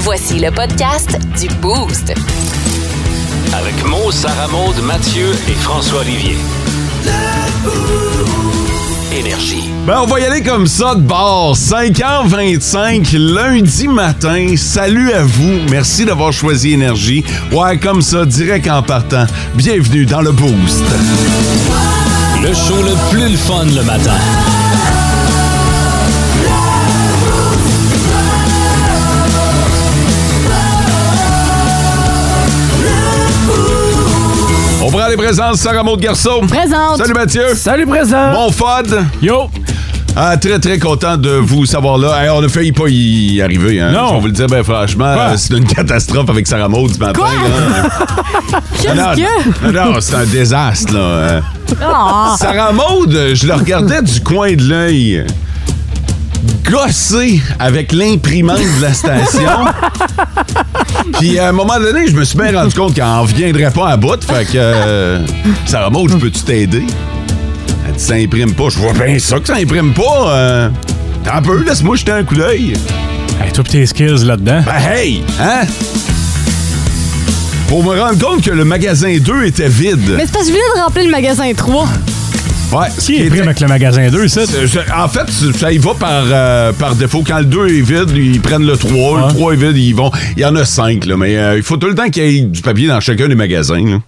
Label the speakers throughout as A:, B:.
A: Voici le podcast du Boost.
B: Avec Mo, Sarah Maud, Mathieu et François Olivier. Énergie.
C: Ben, on va y aller comme ça de bord. 5h25, lundi matin. Salut à vous. Merci d'avoir choisi Énergie. Ouais, comme ça, direct en partant. Bienvenue dans le Boost.
B: Le show le plus le fun le matin.
C: On prend les présences, Sarah Maud Garceau.
D: Présente.
C: Salut Mathieu.
E: Salut présent!
C: Mon Fod.
E: Yo!
C: Ah, très, très content de vous savoir là. Hey, on a failli pas y arriver. Hein?
E: Non.
C: Je vais vous le dire, ben, franchement,
E: Quoi?
C: euh, c'est une catastrophe avec Sarah Maud ce matin. là. non,
D: que?
C: non, non, c'est un désastre. Là. Euh,
D: Ah,
C: Sarah Maud, euh, je la regardais du coin de l'œil. Gossée avec l'imprimante de la station. Puis à un moment donné, je me suis bien rendu compte qu'elle en viendrait pas à bout. Fait que euh, Sarah Maud, je peux-tu t'aider? Elle dit ça imprime pas. Je vois bien ça que ça imprime pas. euh. T'en peux, laisse-moi jeter un coup d'œil.
E: Hey, toi pis tes skills là-dedans.
C: Ben hey! Hein? Pour me rendre compte que le magasin 2 était vide.
D: mais c'est parce que je venais de remplir le magasin 3.
C: Ouais, ce
E: Qui est prime
C: était-
E: avec le magasin 2, ça?
C: Euh, je- En fait, ça y va par, euh, par défaut. Quand le 2 est vide, ils prennent le 3.
E: Ouais.
C: Le 3 est vide, ils vont. Il y en a 5, là, mais euh, il faut tout le temps qu'il y ait du papier dans chacun des magasins. là.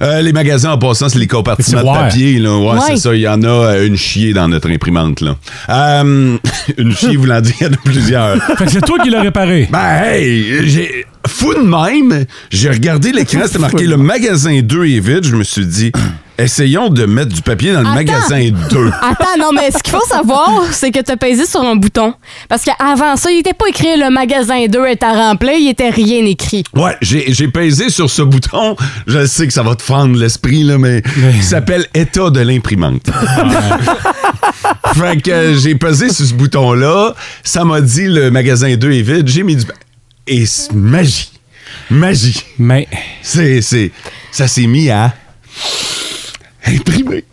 C: Euh, les magasins, en passant, c'est les compartiments de
E: C'est vrai.
C: papier. Là. Ouais,
D: Ouais.
C: c'est ça. Il y en a euh, une chier dans notre imprimante. Là. Euh, une chier, vous l'en dites, il y en a plusieurs.
E: Fait que c'est toi qui l'as réparé.
C: Ben, hey, j'ai. Fou de même, j'ai regardé l'écran, c'était marqué le magasin 2 est vide. Je me suis dit, essayons de mettre du papier dans le
D: Attends. Ah.
C: magasin 2.
D: Attends, non, mais ce qu'il faut savoir, c'est que t'as pesé sur un bouton. Parce qu'avant ça, il était pas écrit le magasin 2 est à remplir, il était rien écrit.
C: Ouais, j'ai j'ai pesé sur ce bouton. Je sais que ça va te fendre l'esprit, là, mais il s'appelle état de l'imprimante. fait que euh, j'ai pesé sur ce bouton-là. Ça m'a dit le magasin 2 est vide. J'ai mis du. Et c'est magie. Magie.
E: Mais.
C: C'est. c'est- Ça s'est mis à. imprimer.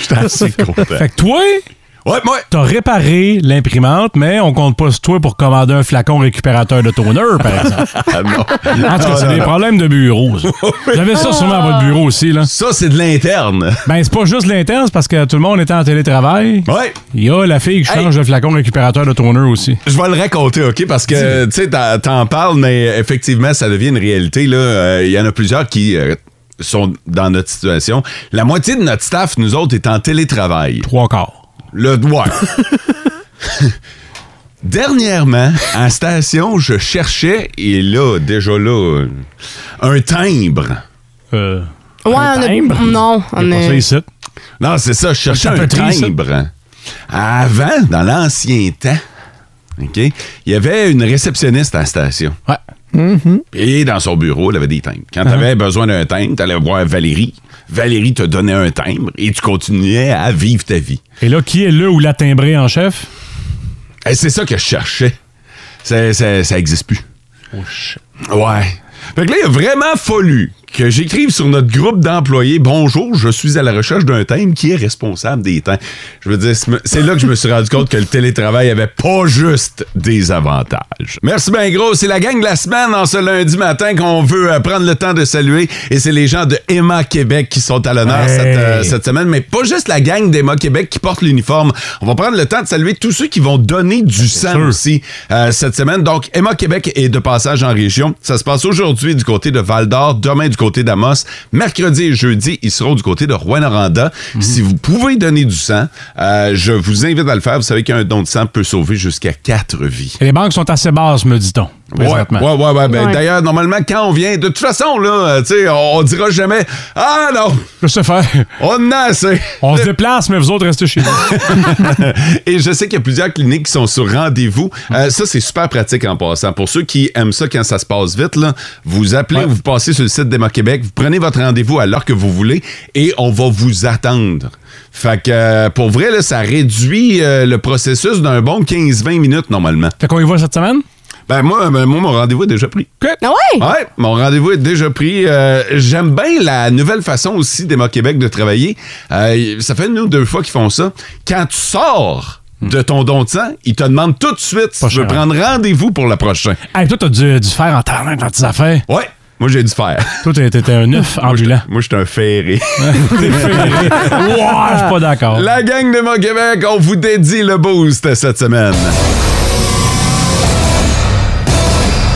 C: J'étais assez content.
E: Fait que toi,
C: Ouais, moi.
E: t'as réparé l'imprimante, mais on compte pas sur toi pour commander un flacon récupérateur de toner, par exemple.
C: Ah non.
E: En tout cas, c'est des problèmes de bureau, ça. J'avais ça sûrement à votre bureau aussi, là.
C: Ça, c'est de l'interne.
E: Ben, c'est pas juste l'interne, c'est parce que tout le monde était en télétravail.
C: Ouais.
E: Il y a la fille qui
C: Hey.
E: change le flacon récupérateur de toner aussi.
C: Je vais le raconter, OK? Parce que, tu sais, t'en- t'en parles, mais effectivement, ça devient une réalité. là. Euh, Il y en a plusieurs qui euh, sont dans notre situation. La moitié de notre staff, nous autres, est en télétravail.
E: Trois quarts.
C: Le doigt. Dernièrement, en station, je cherchais, et là, déjà là, euh, un timbre.
E: Euh.
D: Ouais,
E: Un
D: Ah, on a-
E: timbre?
D: Non,
E: y a
D: on
E: pas ça
D: est.
E: ici.
C: Non, c'est ça, je cherchais
E: Une
C: un
E: tapeterie, ça.
C: timbre. Avant, dans l'ancien temps, OK, il y avait une réceptionniste en station.
E: Ouais.
F: Mm-hmm.
E: Uh-huh.
C: Et dans son bureau, elle avait des timbres. Quand tu avais besoin d'un timbre, tu allais voir Valérie. Valérie te donnait un timbre et tu continuais à vivre ta vie.
E: Et là, qui est le ou la timbrée en chef?
C: Et Eh, c'est ça que je cherchais. Ça, ça, ça existe plus. Ouais. Fait que là, il a vraiment fallu que j'écrive sur notre groupe d'employés Bonjour, je suis à la recherche d'un timbre qui est responsable des temps. Je veux dire, c'est me- c'est là que je me suis rendu compte que le télétravail avait pas juste des avantages. Merci bien gros, c'est la gang de la semaine en ce lundi matin qu'on veut euh, prendre le temps de saluer et c'est les gens de Emma Québec qui sont à l'honneur
E: Hey.
C: cette, euh, cette semaine, mais pas juste la gang d'Emma Québec qui porte l'uniforme. On va prendre le temps de saluer tous ceux qui vont donner du sang
E: sûr.
C: aussi euh, cette semaine. Donc, Emma Québec est de passage en région. Ça se passe aujourd'hui du côté de Val-d'Or, demain du côté d'Amos, mercredi et jeudi, ils seront du côté de Rouen-Oranda. Si vous pouvez donner du sang, euh, je vous invite à le faire. Vous savez qu'un don de sang peut sauver jusqu'à quatre vies.
E: Et les banques sont assez basses, me dit-on,
C: Ouais, ouais,
E: présentement.
C: ouais, ouais, ben,
D: Ouais.
C: D'ailleurs, normalement, quand on vient, de toute façon, là, euh, tu sais, on, on dira jamais Ah non,
E: Que se faire?
C: on en a assez.
E: On se déplace, mais vous autres restez chez vous.
C: Et je sais qu'il y a plusieurs cliniques qui sont sur rendez-vous. Euh, ça, c'est super pratique en passant. Pour ceux qui aiment ça quand ça se passe vite, là, vous appelez,
E: Ouais.
C: vous passez sur le site d'Emma Québec, vous prenez votre rendez-vous à l'heure que vous voulez et on va vous attendre. Fait que euh, pour vrai, là, ça réduit euh, le processus d'un bon 15-20 minutes normalement.
E: Fait qu'on y va cette semaine?
C: Ben moi, ben, moi mon rendez-vous est déjà pris.
D: Ah ouais?
C: Ouais, mon rendez-vous est déjà pris. Euh, J'aime bien la nouvelle façon aussi d'Emma Québec de travailler. Euh, ça fait une ou deux fois qu'ils font ça. Quand tu sors de ton don de sang, il te demande tout de suite si
E: Pas
C: tu veux
E: cher.
C: prendre rendez-vous pour le prochain.
E: Hey, toi, t'as dû, dû faire en talent dans tes affaires.
C: Ouais, moi j'ai dû faire.
E: Toi, t'es- t'étais un œuf ambulant.
C: Moi, j'étais un ferré.
E: Ouah, je suis pas d'accord.
C: La gang de mon Québec, on vous dédie le boost cette semaine.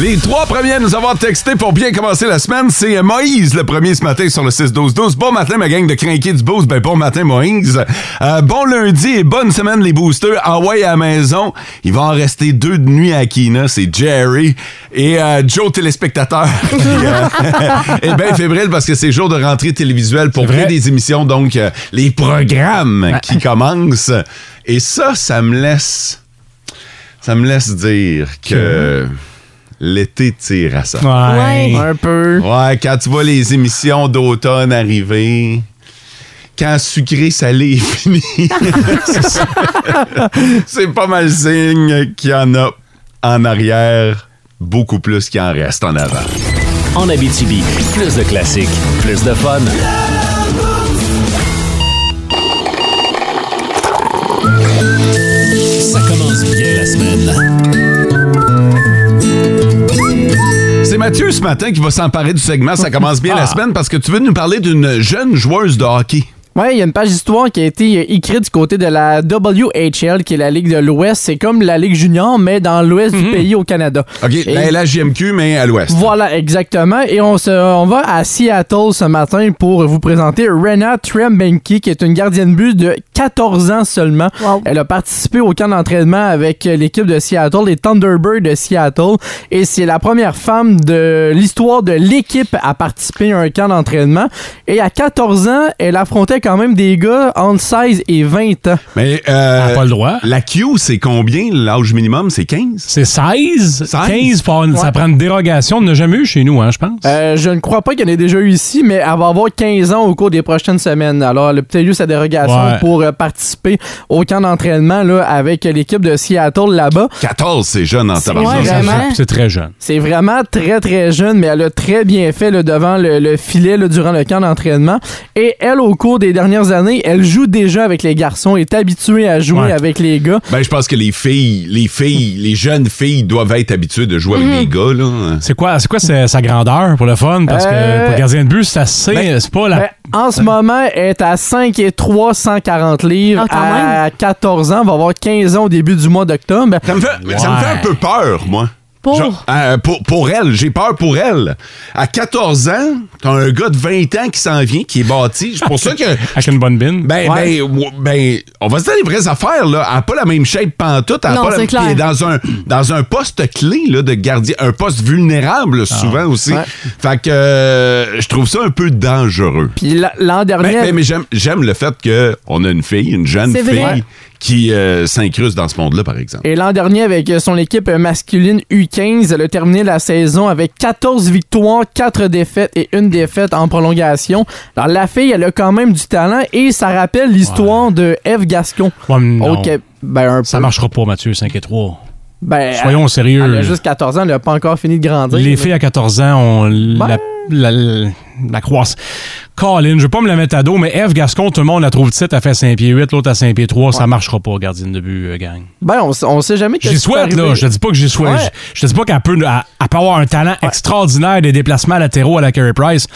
C: Les trois premiers à nous avoir texté pour bien commencer la semaine, c'est euh, Moïse, le premier ce matin sur le 6-12-12. Bon matin, ma gang de crinqués du boost. Ben, bon matin, Moïse. Euh, bon lundi et bonne semaine, les boosters. Envoyez à la maison. Il va en rester deux de nuit à Akina. C'est Jerry et euh, Joe, téléspectateur. Puis, euh,
E: Eh
C: et ben fébrile parce que c'est jour de rentrée télévisuelle pour
E: C'est vrai.
C: bien des émissions. Donc, euh, les programmes qui commencent. Et ça, ça me laisse... Ça me laisse dire que l'été tire à ça.
E: Ouais.
D: Ouais.
E: Ouais.
C: Ouais, quand tu vois les émissions d'automne arriver, quand sucré salé est fini, c'est- c'est pas mal signe qu'il y en a en arrière beaucoup plus qu'il en reste en avant.
B: En Abitibi, plus de classiques, plus de fun.
G: Ça commence bien la semaine.
C: C'est Mathieu ce matin qui va s'emparer du segment. Ça commence
E: Ah.
C: bien la semaine parce que tu veux nous parler d'une jeune joueuse de hockey.
F: Ouais, il y a une page d'histoire qui a été euh, écrite du côté de la WHL, qui est la Ligue de l'Ouest. C'est comme la Ligue junior, mais dans l'Ouest du pays au Canada.
C: OK, ben,
F: Et-
C: la LHJMQ, mais à l'ouest.
F: Voilà, exactement. Et on, se, on va à Seattle ce matin pour vous présenter Rena Trembenki, qui est une gardienne but de 14 ans seulement.
D: Wow.
F: Elle a participé au camp d'entraînement avec euh, l'équipe de Seattle, les Thunderbirds de Seattle. Et c'est la première femme de l'histoire de l'équipe à participer à un camp d'entraînement. Et à 14 ans, elle affrontait quand même des gars entre 16 et 20 ans.
C: Mais euh,
E: T'as pas le droit.
C: la Q, c'est combien l'âge minimum? C'est 15?
E: C'est 16.
C: 16?
E: 15, pour une- ça prend une dérogation. On n'a jamais eu chez nous, hein, je pense.
F: Euh, je ne crois pas qu'il y en ait déjà eu ici, mais elle va avoir 15 ans au cours des prochaines semaines. Alors, le petit eu sa dérogation
E: Ouais.
F: pour euh, participer au camp d'entraînement là, avec euh, l'équipe de Seattle là-bas.
C: 14, c'est jeune en tabarnak.
D: ouais,
E: Ça,
D: vraiment.
E: c'est- C'est très jeune.
F: C'est vraiment très, très jeune, mais elle a très bien fait là, devant le, le filet là, durant le camp d'entraînement. Et elle, au cours des dernières années, elle joue déjà avec les garçons, est habituée à jouer
E: Ouais.
F: avec les gars.
C: Ben, je pense que les filles, les filles, les jeunes filles doivent être habituées de jouer avec des gars, là.
E: C'est quoi, c'est quoi sa sa grandeur pour le fun? Parce que
F: Euh,
E: pour gardien de but, c'est assez. c'est pas la.
F: Ben, en ce moment, elle est à 5 et 340 livres.
D: Ah, quand
F: à 14 ans, va avoir 15 ans au début du mois d'octobre.
C: Ça me, fait, ça me fait un peu peur, moi.
D: Pour?
C: Genre, euh, pour, pour elle, j'ai peur pour elle. À 14 ans, t'as un gars de 20 ans qui s'en vient, qui est bâti. C'est pour ça que.
E: Avec une bonne bine.
C: Ben,
F: Ouais.
C: ben, ou- ben, on va se dire les vraies affaires, là. Elle n'a pas la même shape pantoute. Elle a
D: Non,
C: pas la-
D: c'est clair.
C: puis elle est dans un, dans un poste clé, là, de gardien. Un poste vulnérable,
E: Ah.
C: souvent aussi. Fait que euh, je trouve ça un peu dangereux.
F: Puis la- l'an dernier,
C: Mais, mais- mais j'aime, j'aime le fait qu'on a une fille, une jeune
D: C'est
C: fille,
D: vrai.
C: qui euh, s'incruste dans ce monde-là, par exemple.
F: et l'an dernier avec son équipe masculine U15, elle a terminé la saison avec 14 victoires, 4 défaites et une défaite en prolongation. Alors la fille, elle a quand même du talent et ça rappelle l'histoire de Eve Gascon.
E: Ouais, mais non.
F: Ok, ben un
E: Ça
F: peu.
E: marchera pas, Mathieu, 5 et 3.
F: Ben,
E: Soyons
F: elle, elle
E: sérieux.
F: a juste 14 ans, elle n'a pas encore fini de grandir.
E: Les filles à 14 ans ont
F: Ben.
E: la, la, la, la croissance. Colin, je veux pas me la mettre à dos, mais Eve Gascon, tout le monde la trouve petite, elle fait 5 pieds 8, l'autre à 5 pieds 3, ça marchera pas, gardienne de but, euh, gang.
F: Ben, on, s- on sait jamais que
E: J'y
F: ça peut
E: souhaite,
F: arriver.
E: là. Je te dis pas que j'y souhaite.
F: Ouais.
E: Je, je te dis pas qu'elle peut, elle- elle peut avoir un talent extraordinaire des déplacements latéraux à la Carey Price.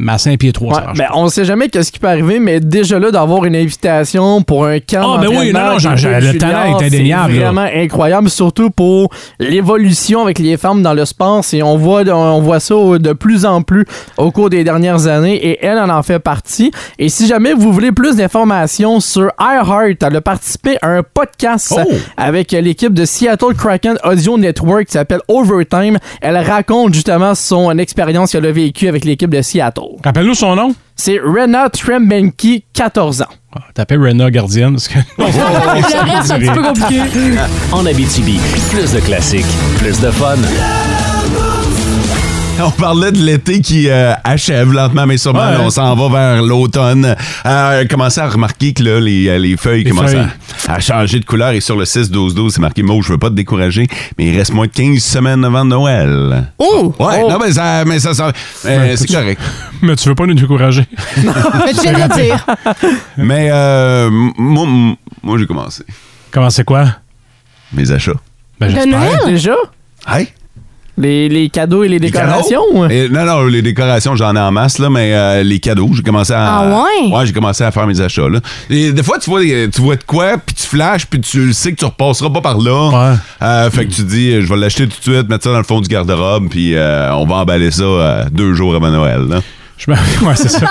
E: Mais à 5 pieds 3,
F: Ouais,
E: ça marche.
F: ben, on sait jamais qu'est-ce qui peut arriver, mais déjà là, d'avoir une invitation pour un camp.
E: Ah, ben oui,
F: d'entraînement,
E: non, non, j'en-
F: des
E: j'en- le
F: juniors,
E: talent est indéniable,
F: C'est
E: là.
F: vraiment incroyable, surtout pour l'évolution avec les femmes dans le sport. Et on voit, on voit ça au- de plus en plus au cours des dernières années, et elle en en fait partie. Et si jamais vous voulez plus d'informations sur iHeart, elle a participé à un podcast
E: Oh!
F: avec l'équipe de Seattle Kraken Audio Network qui s'appelle Overtime. Elle raconte justement son expérience qu'elle a vécue avec l'équipe de Seattle.
E: Rappelle-nous son nom.
F: C'est Rena Trembenki, 14 ans.
E: Ah, Tapez Rena Gardienne. Parce que...
D: Le reste, c'est un petit peu compliqué.
B: En Abitibi, plus de classiques, plus de fun.
C: on parlait de l'été qui euh, achève lentement, mais sûrement. là, on s'en va vers l'automne. Euh, commencez à remarquer que là, les, euh, les feuilles
E: Les
C: commencent à-
E: feuilles.
C: À, changer de couleur. Et sur le 6-12-12, c'est marqué Mo, je veux pas te décourager, mais il reste moins de 15 semaines avant Noël.
D: Oh!
C: Ouais, non, mais ça. Mais ça, ça- euh, c'est correct.
E: Mais tu veux pas nous décourager.
D: Mais tu viens de le dire.
C: Mais euh, m- moi, m- moi j'ai commencé
E: Comment c'est quoi?
C: mes achats.
E: Ben,
D: De Noël?
F: Déjà?
C: Hey!
F: Les, les cadeaux et les
C: Les
F: décorations?
C: cadeaux?
E: hein?
C: Et- non, non, les décorations, j'en ai en masse, là, mais euh, les cadeaux, j'ai commencé à.
D: Ah ouais?
C: Ouais, j'ai commencé à faire mes achats, là. Et des fois, tu vois, euh, tu vois de quoi, puis tu flashes, puis tu le sais que tu repasseras pas par là.
E: Ouais.
C: Euh, fait que tu dis, euh, je vais l'acheter tout de suite, mettre ça dans le fond du garde-robe, puis euh, on va emballer ça euh, deux jours avant Noël, là.
E: Je me- ouais, c'est ça.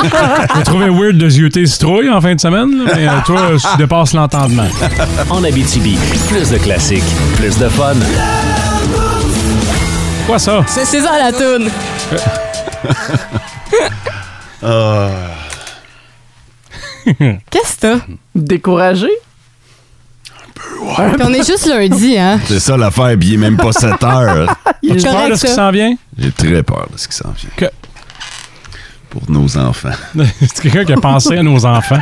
E: J'ai trouvé weird de zioter citrouille en fin de semaine, là, mais euh, toi, euh, tu dépasses l'entendement.
B: En Abitibi, plus de classiques, plus de fun.
E: Quoi ça?
D: C'est ça la toune.
E: Ah.
D: Qu'est-ce que t'as? Puis
F: Découragé?
D: on est juste lundi, hein?
C: C'est ça l'affaire, puis il est même pas 7 heures.
E: Tu peur
D: correct,
E: de ce qui
D: ça.
E: s'en vient?
C: J'ai très peur de ce qui s'en vient.
E: Que-
C: Pour nos enfants.
E: c'est quelqu'un qui a pensé à nos enfants.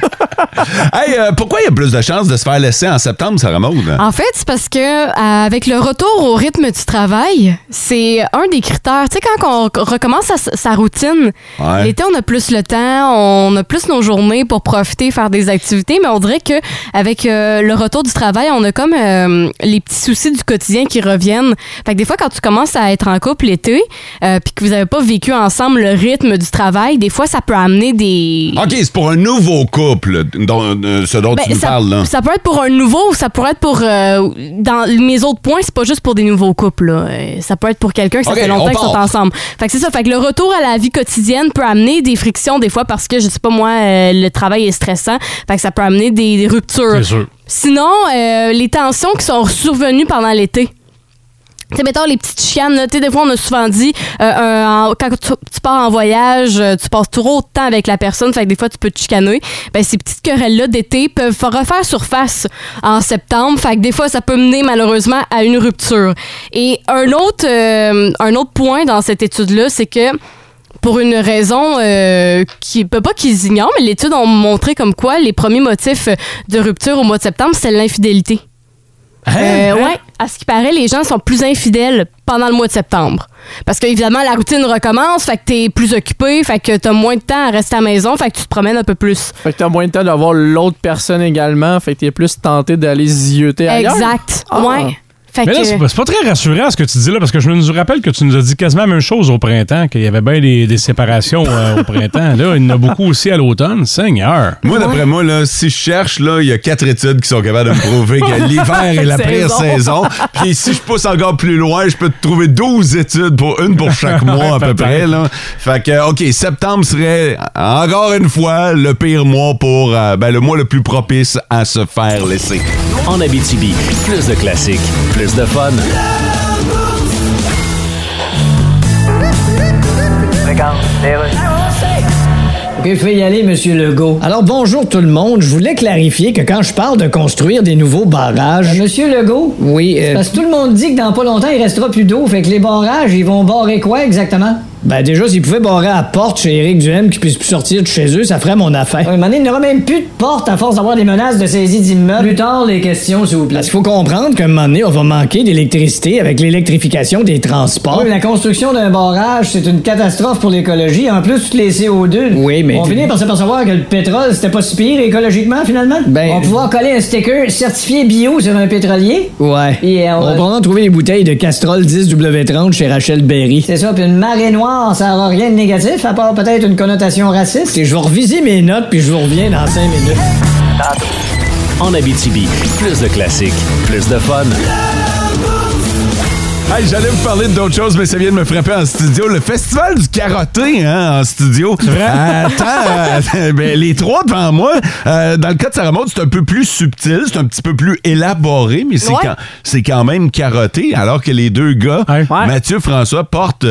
C: hey, euh, pourquoi il y a plus de chances de se faire laisser en septembre, Sarah Maud?
D: En fait, c'est parce que euh, avec le retour au rythme du travail, c'est un des critères. Tu sais, quand on recommence sa, sa routine,
C: Ouais.
D: l'été, on a plus le temps, on a plus nos journées pour profiter, faire des activités, mais on dirait que avec euh, le retour du travail, on a comme euh, les petits soucis du quotidien qui reviennent. Fait que des fois, quand tu commences à être en couple l'été, euh, puis que vous n'avez pas vécu ensemble le rythme du travail, des fois, ça peut amener des...
C: OK, c'est pour un nouveau couple, dont, euh, ce dont
D: Ben,
C: tu nous
D: ça,
C: parles, là.
D: ça peut être pour un nouveau, ça pourrait être pour. euh, dans mes autres points, c'est pas juste pour des nouveaux couples. là. Euh, Ça peut être pour quelqu'un que ça
C: Ok,
D: fait longtemps
C: on
D: qu'ils sont
C: part.
D: ensemble. Fait que c'est ça. Fait que le retour à la vie quotidienne peut amener des frictions des fois parce que, je sais pas moi, euh, le travail est stressant. Fait que ça peut amener des, des ruptures.
E: C'est sûr.
D: Sinon, euh, les tensions qui sont survenues pendant l'été. Tu sais, mettons, les petites chicanes, là, tu sais, des fois, on a souvent dit, euh, euh, en- quand tu, tu pars en voyage, euh, tu passes trop de temps avec la personne, fait que des fois, tu peux te chicaner. Ben, ces petites querelles-là d'été peuvent fa- refaire surface en septembre, fait que des fois, ça peut mener, malheureusement, à une rupture. Et un autre, euh, un autre point dans cette étude-là, c'est que pour une raison euh, qui peut pas qu'ils ignorent, mais l'étude a montré comme quoi les premiers motifs de rupture au mois de septembre, c'est l'infidélité. Euh, ouais, à ce qui paraît, les gens sont plus infidèles pendant le mois de septembre. Parce que, évidemment, la routine recommence, fait que t'es plus occupé, fait que t'as moins de temps à rester à la maison, fait que tu te promènes un peu plus.
F: Fait que t'as moins de temps d'avoir l'autre personne également. Fait que t'es plus tenté d'aller zioter ailleurs.
D: Exact.
F: Ah.
D: Ouais. Fait
E: Mais là,
D: que-
E: c'est pas, c'est pas très rassurant ce que tu dis là, parce que je nous rappelle que tu nous as dit quasiment la même chose au printemps, qu'il y avait bien des, des séparations euh, au printemps. Là, il y en a beaucoup aussi à l'automne. Seigneur!
C: Moi, d'après moi, là, si je cherche, là, il y a quatre études qui sont capables de me prouver que l'hiver est la pire saison. Puis si je pousse encore plus loin, je peux te trouver 12 études, pour une pour chaque mois à peu près. Là. Fait que, OK, septembre serait encore une fois le pire mois pour, euh, ben, le mois le plus propice à se faire laisser.
B: En Abitibi, plus de classiques, plus de fun.
H: OK, je vais y aller, Monsieur Legault. Alors, bonjour tout le monde. Je voulais clarifier que quand je parle de construire des nouveaux barrages... Euh, Monsieur Legault? Oui, euh, Parce que tout le monde dit que dans pas longtemps, il restera plus d'eau. Fait que les barrages, ils vont barrer quoi exactement? Ben déjà, s'ils pouvaient barrer à la porte chez Éric Duhem qui puisse plus sortir de chez eux, ça ferait mon affaire. Un moment donné, il n'y aura même plus de porte à force d'avoir des menaces de saisie d'immeubles. Plus tard, les questions, s'il vous plaît. Parce qu'il faut comprendre qu'à un moment donné, on va manquer d'électricité avec l'électrification des transports. la construction d'un barrage, c'est une catastrophe pour l'écologie. En plus, toutes les CO2. Oui, mais. On finit par s'apercevoir que le pétrole, c'était pas si pire écologiquement, finalement. Ben. On va pouvoir coller un sticker certifié bio sur un pétrolier. Ouais. on, va probablement trouver les bouteilles de Castrol 10W30 chez Rachel Berry. C'est ça, puis une marée noire, ça aura rien de négatif, à part peut-être une connotation raciste. Et je vais reviser mes notes, puis je vous reviens dans 5 minutes.
B: En Abitibi, plus de classiques, plus de fun.
C: Hey, j'allais vous parler d'autres choses, mais ça vient de me frapper en studio. Le festival du karaté, hein, en studio. C'est vrai? Attends, euh, ben, les trois devant moi. euh, dans le cas de Sarah Maud, c'est un peu plus subtil, c'est un petit peu plus élaboré, mais c'est
D: Ouais.
C: quand, c'est quand même karaté, alors que les deux gars,
E: Ouais. Ouais.
C: Mathieu François, portent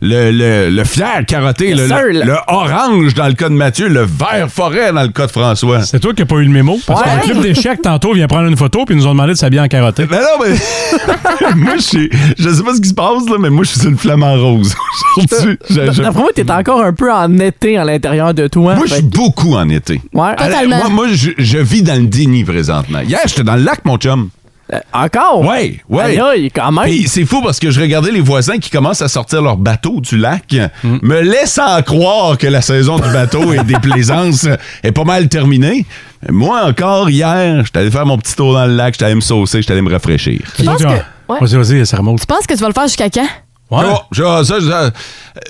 C: le, le, le fier karaté, le,
F: sir,
C: le-
F: là.
C: le orange dans le cas de Mathieu, le vert forêt dans le cas de François.
E: C'est toi qui n'as pas eu le mémo. Parce que
F: Ouais.
E: le club d'échecs, tantôt, vient prendre une photo puis ils nous ont demandé de s'habiller en karaté.
C: Mais non, mais. Moi, je suis- Je sais pas ce qui se passe, là, mais moi, je suis sur le flamant rose aujourd'hui. Je- je-
F: D'après moi, t'es encore un peu en été à l'intérieur de toi.
C: Moi, je
F: fait-
C: suis beaucoup en été.
F: Ouais.
C: Allez,
D: Totalement.
C: Moi, moi, je, je vis dans le déni présentement. Hier, j'étais dans le lac, mon chum.
F: Euh, Encore?
C: Ouais, ouais.
F: Aïe, aïe, quand même.
C: Puis c'est fou parce que je regardais les voisins qui commencent à sortir leur bateau du lac,
F: Hmm.
C: me laissant croire que la saison du bateau et des plaisances est pas mal terminée. Moi encore, hier, j'étais allé faire mon petit tour dans le lac, j'étais allé me saucer, j'étais allé me rafraîchir.
E: Ils ont
D: penses
E: dit,
D: que-
E: ah,
D: ouais.
E: Vas-y, vas-y, ça remonte.
D: Tu penses que tu vas le faire jusqu'à quand?
E: Ouais.
C: Oh, je- ah, ça, je- ah,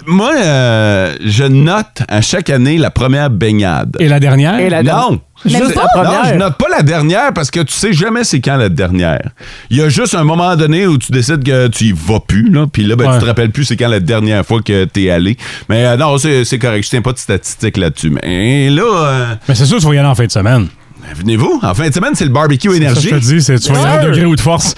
C: moi, euh, je note à chaque année la première baignade.
E: Et la dernière?
F: Et la dernière.
C: non!
F: Même
C: Je-
F: pas? La
C: Non,
F: première.
C: je note pas la dernière parce que tu sais jamais c'est quand la dernière. Il y a juste un moment donné où tu décides que tu y vas plus, là, puis là, ben,
E: Ouais.
C: tu te rappelles plus c'est quand la dernière fois que t'es allé. Mais euh, non, c'est c'est correct, je tiens pas de statistiques là-dessus. Mais là, euh, ben,
E: Mais c'est sûr que tu vas y aller en fin de semaine.
C: venez-vous, en fin de semaine, c'est le barbecue
E: Ça,
C: énergie.
E: je te dis, c'est tu vas y aller en degré ou de force.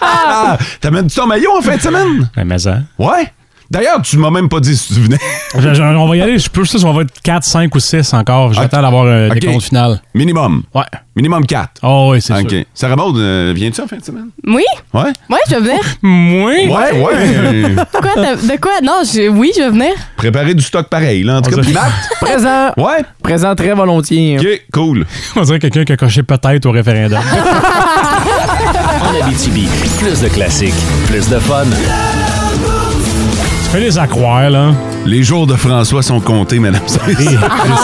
C: Ah, T'amènes-tu ton maillot en fin de semaine?
E: Ouais, mais ça.
C: Ouais. D'ailleurs, tu m'as même pas dit si tu venais.
E: Je- je- Euh, on va y aller, je peux sûr qu'on va être 4, 5 ou 6 encore. J'attends
C: Ok.
E: d'avoir euh,
C: Ok.
E: des comptes finales.
C: Minimum.
E: Ouais.
C: Minimum 4.
E: Oh oui, c'est
C: OK.
E: sûr.
C: Sarah Maud, euh, viens-tu en fin de semaine?
D: Oui?
C: Ouais?
D: Oui, je vais venir.
E: Moi?
C: Ouais, ouais.
D: Quoi, t'as- de quoi? Non, je- oui, je vais venir.
C: Préparer du stock pareil, là. En tout
E: On
C: cas,
E: dirait-
C: puis Matt,
F: Présent.
C: Ouais.
F: Ah. Présent très volontiers. hein.
C: OK, cool.
E: On dirait quelqu'un qui a coché peut-être au référendum.
B: En Abitibi, plus de classiques, plus de fun.
E: tu fais les accroire, là.
C: Les jours de François sont comptés, mesdames et
E: Et- et
C: messieurs.
E: Ah,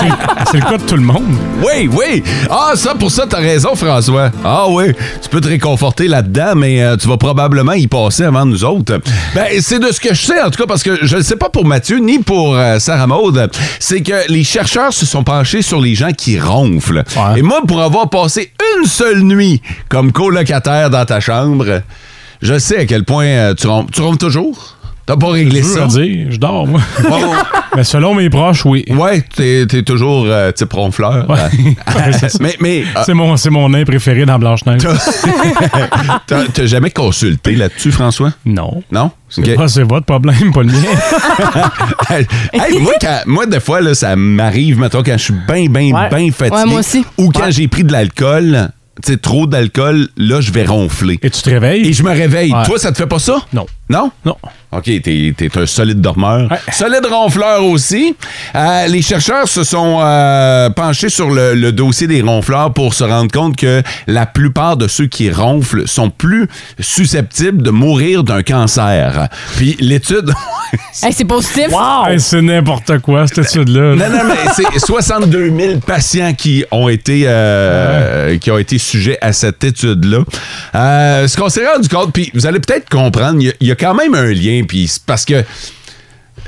E: c'est c'est le cas de tout le monde.
C: Oui, oui. Ah, ça, pour ça, t'as raison, François. Ah oui, tu peux te réconforter là-dedans, mais euh, tu vas probablement y passer avant nous autres. Ben, c'est de ce que je sais, en tout cas, parce que je ne sais pas pour Mathieu ni pour euh, Sarah Maude, c'est que les chercheurs se sont penchés sur les gens qui ronflent.
E: Ouais.
C: Et moi, pour avoir passé une seule nuit comme colocataire dans ta chambre, je sais à quel point euh, tu ronfles. Tu ronfles toujours? T'as pas réglé
E: Je veux
C: ça?
E: dire, je dors, moi.
C: Bon.
E: Mais selon mes proches, oui.
C: Ouais, t'es t'es toujours euh, type ronfleur.
E: Ouais.
C: Euh,
E: Ouais, c'est ça.
C: mais mais euh,
E: C'est mon, c'est mon nain préféré dans Blanche-Neige.
C: t'as t'as jamais consulté là-dessus, François?
E: Non.
C: Non?
E: C'est
C: Ok.
E: pas- C'est votre problème, pas le mien.
C: Hey, moi, quand- moi, des fois, là, ça m'arrive, mettons, quand je suis bien, bien,
F: Ouais.
C: bien fatigué.
D: Ouais, moi aussi.
C: Ou quand j'ai pris de l'alcool, tu sais, trop d'alcool, là, je vais ronfler.
E: Et tu te réveilles?
C: Et je me réveille.
E: Ouais.
C: Toi, ça te fait pas ça?
E: Non.
C: Non?
E: Non.
C: OK, t'es es un solide dormeur.
E: Ouais.
C: Solide ronfleur aussi. Euh, les chercheurs se sont euh, penchés sur le, le dossier des ronfleurs pour se rendre compte que la plupart de ceux qui ronflent sont plus susceptibles de mourir d'un cancer. Puis l'étude...
D: Hey, c'est positif.
E: Hey, c'est n'importe quoi, cette étude-là.
C: Non, non, mais c'est 62 000 patients qui ont été, euh, qui ont été sujets à cette étude-là. Euh, ce qu'on s'est rendu compte, puis vous allez peut-être comprendre, il y a- il y, a quand même un lien, puis c'est parce que.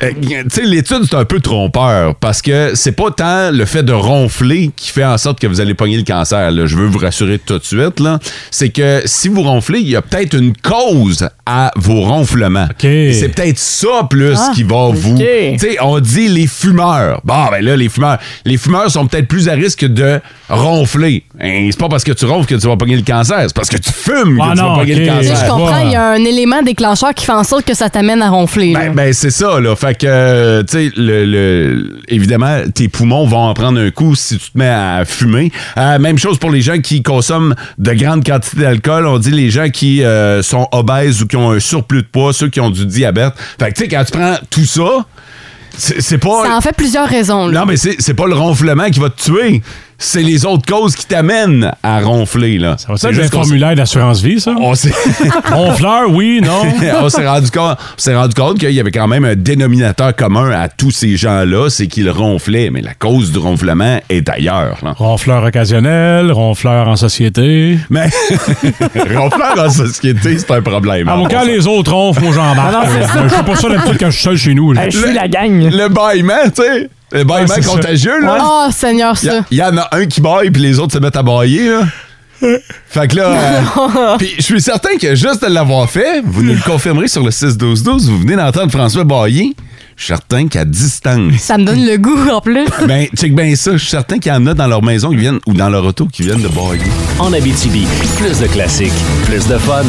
C: euh, tu sais, l'étude, c'est un peu trompeur parce que c'est pas tant le fait de ronfler qui fait en sorte que vous allez pogner le cancer. là. Je veux vous rassurer tout de suite. là. C'est que si vous ronflez, il y a peut-être une cause à vos ronflements.
E: OK.
C: Et C'est peut-être ça plus
D: Ah,
C: qui va vous. Tu sais, on dit les fumeurs. Bon, ben là, les fumeurs. Les fumeurs sont peut-être plus à risque de ronfler. Hein, c'est pas parce que tu ronfles que tu vas pogner le cancer. C'est parce que tu fumes que
E: Ah
C: tu
E: non,
C: vas pogner
E: ok.
D: Tu
C: le
D: sais,
E: Ouais.
D: je
C: cancer.
D: comprends, il y a un élément déclencheur qui fait en sorte que ça t'amène à ronfler. là.
C: Ben, ben, c'est ça, là. Fait que, euh, tu sais, le, le- évidemment, tes poumons vont en prendre un coup si tu te mets à fumer. Euh, même chose pour les gens qui consomment de grandes quantités d'alcool. On dit les gens qui euh, sont obèses ou qui ont un surplus de poids, ceux qui ont du diabète. Fait que, tu sais, quand tu prends tout ça, c'est c'est pas.
D: Ça en fait plusieurs raisons. là.
C: Non, mais c'est c'est pas le ronflement qui va te tuer. C'est les autres causes qui t'amènent à ronfler, là.
E: Ça va
C: C'est
E: être un
C: qu'on s-
E: formulaire d'assurance vie, ça?
C: on s'est
E: Mon fleur, oui, non.
C: on s'est rendu compte, on s'est rendu compte qu'il y avait quand même un dénominateur commun à tous ces gens-là, c'est qu'ils ronflaient, mais la cause du ronflement est ailleurs. là.
E: Ronfleur occasionnel, ronfleur en société.
C: Mais ronfler dans la société, hein, c'est un problème.
E: Ah,
C: hein,
E: mon
C: bon
E: quand
C: sang.
E: les autres ronflent, moi j'en
F: Ah non, c'est ça.
E: bah, Je suis pas sûr d'habitude quand je suis seul chez nous. là. Ah,
F: Hey, je
C: Le-
F: suis la gang.
C: Le bâillement, tu sais, le bâillement
E: c'est ça.
C: contagieux, là.
D: Oh, Seigneur,
C: Il
D: ça.
C: y, en a un qui baille, puis les autres se mettent à bailler, là. Fait que là, euh, puis je suis certain que juste de l'avoir fait, vous nous le confirmerez sur le 6-12-12, vous venez d'entendre François bailler, je suis certain qu'à distance.
D: Ça me donne le goût en plus.
C: Ben, check bien ça, je suis certain qu'il y en a dans leur maison qui viennent, ou dans leur auto qui viennent de bailler.
B: En Abitibi, plus de classiques, plus de fun.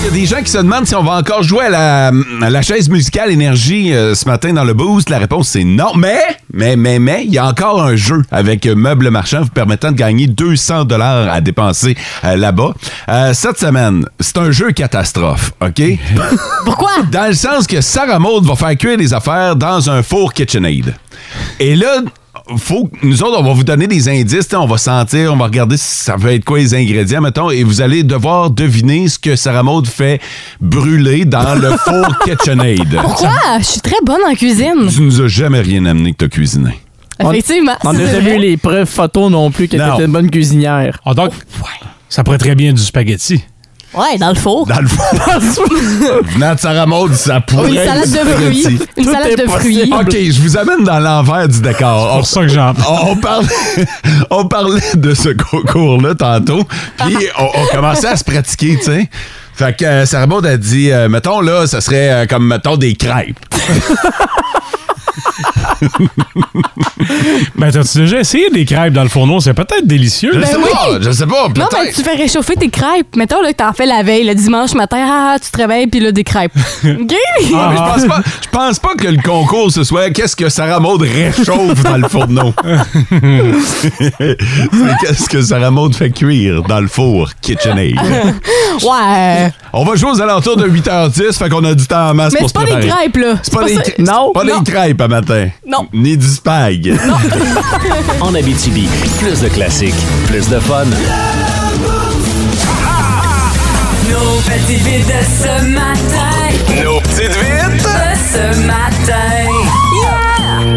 C: Il y a des gens qui se demandent si on va encore jouer à la, à la chaise musicale énergie euh, ce matin dans le boost. La réponse, c'est non. Mais, mais, mais, mais, il y a encore un jeu avec euh, Meubles Marchand vous permettant de gagner 200 dollars à dépenser euh, là-bas. Euh, cette semaine, c'est un jeu catastrophe, OK?
D: Pourquoi?
C: Dans le sens que Sarah Maud va faire cuire des affaires dans un four KitchenAid. Et là, faut, que- nous autres, on va vous donner des indices. t'sais, On va sentir, on va regarder si ça va être quoi les ingrédients, mettons. Et vous allez devoir deviner ce que Sarah Maud fait brûler dans le four KitchenAid.
D: Pourquoi? Je suis très bonne en cuisine.
C: Tu nous as jamais rien amené que t'as cuisiné.
D: Effectivement.
F: On
D: ça,
F: n'a
D: c'est
F: jamais
D: vrai.
F: eu les preuves photos non plus qu'elle
C: Non.
F: était une bonne cuisinière.
E: Ah, donc, ça pourrait très bien du spaghetti.
D: Ouais, dans le four.
C: Dans le four. Venant de Sarah Maud, ça pourrait
D: Une salade
C: être
D: de
C: spaghetti.
D: fruits. Une
F: Tout
D: salade
F: est
D: de fruits.
F: possible.
C: OK, je vous amène dans l'envers du décor.
E: Pour ça que j'en.
C: On, on parlait, on parlait de ce concours-là tantôt, puis on, on commençait à se pratiquer, tu sais. Fait que euh, Sarah Maud a dit, euh, mettons là, ça serait euh, comme, mettons, des crêpes.
E: Ben, t'as-tu déjà essayé des crêpes dans le fourneau? C'est peut-être délicieux.
C: Je sais
D: Ben oui.
C: pas, je sais pas,
D: Non,
C: peut-être.
D: mais tu fais réchauffer tes crêpes. Mettons là, que t'en fais la veille, le dimanche matin, ah, tu te réveilles, puis là, des crêpes. OK?
C: Ah, mais je pense pas, je pense pas que le concours ce soit qu'est-ce que Sarah Maud réchauffe dans le fourneau. C'est qu'est-ce que Sarah Maud fait cuire dans le four KitchenAid.
D: Ouais.
C: On va jouer aux alentours de 8h10, fait qu'on a du temps en masse
D: Mais
C: pour
D: c'est
C: se
D: pas
C: préparer.
D: des crêpes, là.
C: C'est pas, des,
D: ça-
C: cr- c'est
F: Non,
C: pas des
D: non.
C: crêpes à matin.
D: Non.
C: Ni du spag.
B: En Abitibi, plus de classiques, plus de fun.
I: Nos petites vites de ce matin.
B: Nos petites vites!
I: De ce matin.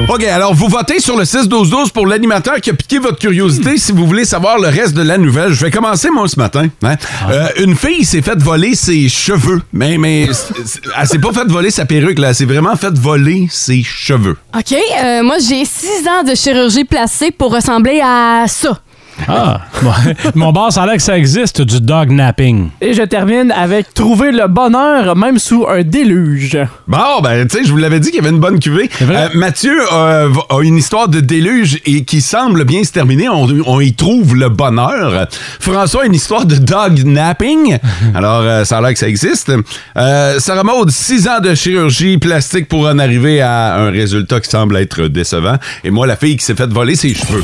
C: OK, alors vous votez sur le 6-12-12 pour l'animateur qui a piqué votre curiosité si vous voulez savoir le reste de la nouvelle. Je vais commencer, moi, ce matin. hein. Euh, une fille s'est faite voler ses cheveux. Mais, mais c- c- elle s'est pas faite voler sa perruque, là. Elle s'est vraiment faite voler ses cheveux.
D: OK, euh, moi, j'ai six ans de chirurgie placée pour ressembler à ça.
E: Ah, ouais. mon bar, ça a l'air que ça existe, du dog napping.
F: Et je termine avec trouver le bonheur même sous un déluge.
C: Bon, ben, tu sais, je vous l'avais dit qu'il y avait une bonne cuvée.
E: vrai.
C: Euh, Mathieu euh, va- a une histoire de déluge et qui semble bien se terminer. On, on y trouve le bonheur. François a une histoire de dog napping. Alors, euh, ça a l'air que ça existe. Euh, Sarah Maud, 6 ans de chirurgie plastique pour en arriver à un résultat qui semble être décevant. Et moi, la fille qui s'est faite voler ses cheveux.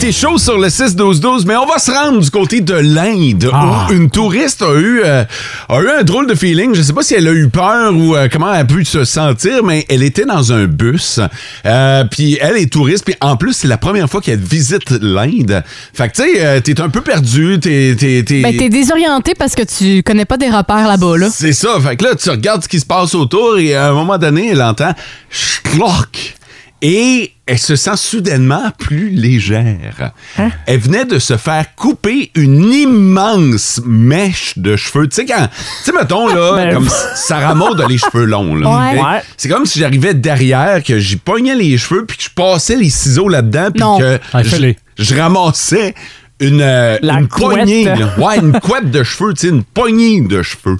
C: T'es chaud sur le 6-12-12, mais on va se rendre du côté de l'Inde
E: Ah.
C: où une touriste a eu, euh, a eu un drôle de feeling. Je sais pas si elle a eu peur ou euh, comment elle a pu se sentir, mais elle était dans un bus. Euh, puis elle est touriste, puis en plus, c'est la première fois qu'elle visite l'Inde. Fait que, tu sais, euh, t'es un peu perdu, t'es... t'es- t'es-
D: Ben, t'es désorienté parce que tu connais pas des repères là-bas, là.
C: c'est ça. Fait que là, tu regardes ce qui se passe autour et à un moment donné, elle entend schlock et elle se sent soudainement plus légère.
F: Hein?
C: Elle venait de se faire couper une immense mèche de cheveux. Tu sais, quand, tu sais, mettons, là,
F: Ben,
C: comme Sarah Maud a les cheveux longs, là.
D: Ouais.
C: ok?
F: Ouais.
C: C'est comme si j'arrivais derrière, que j'y pognais les cheveux, puis que je passais les ciseaux là-dedans, puis
D: Non.
C: que
E: Ah,
C: je,
E: fais-les.
C: je ramassais une, euh,
F: La
C: une
F: couette.
C: poignée, là. Ouais, une couette de cheveux, tu sais, une poignée de cheveux.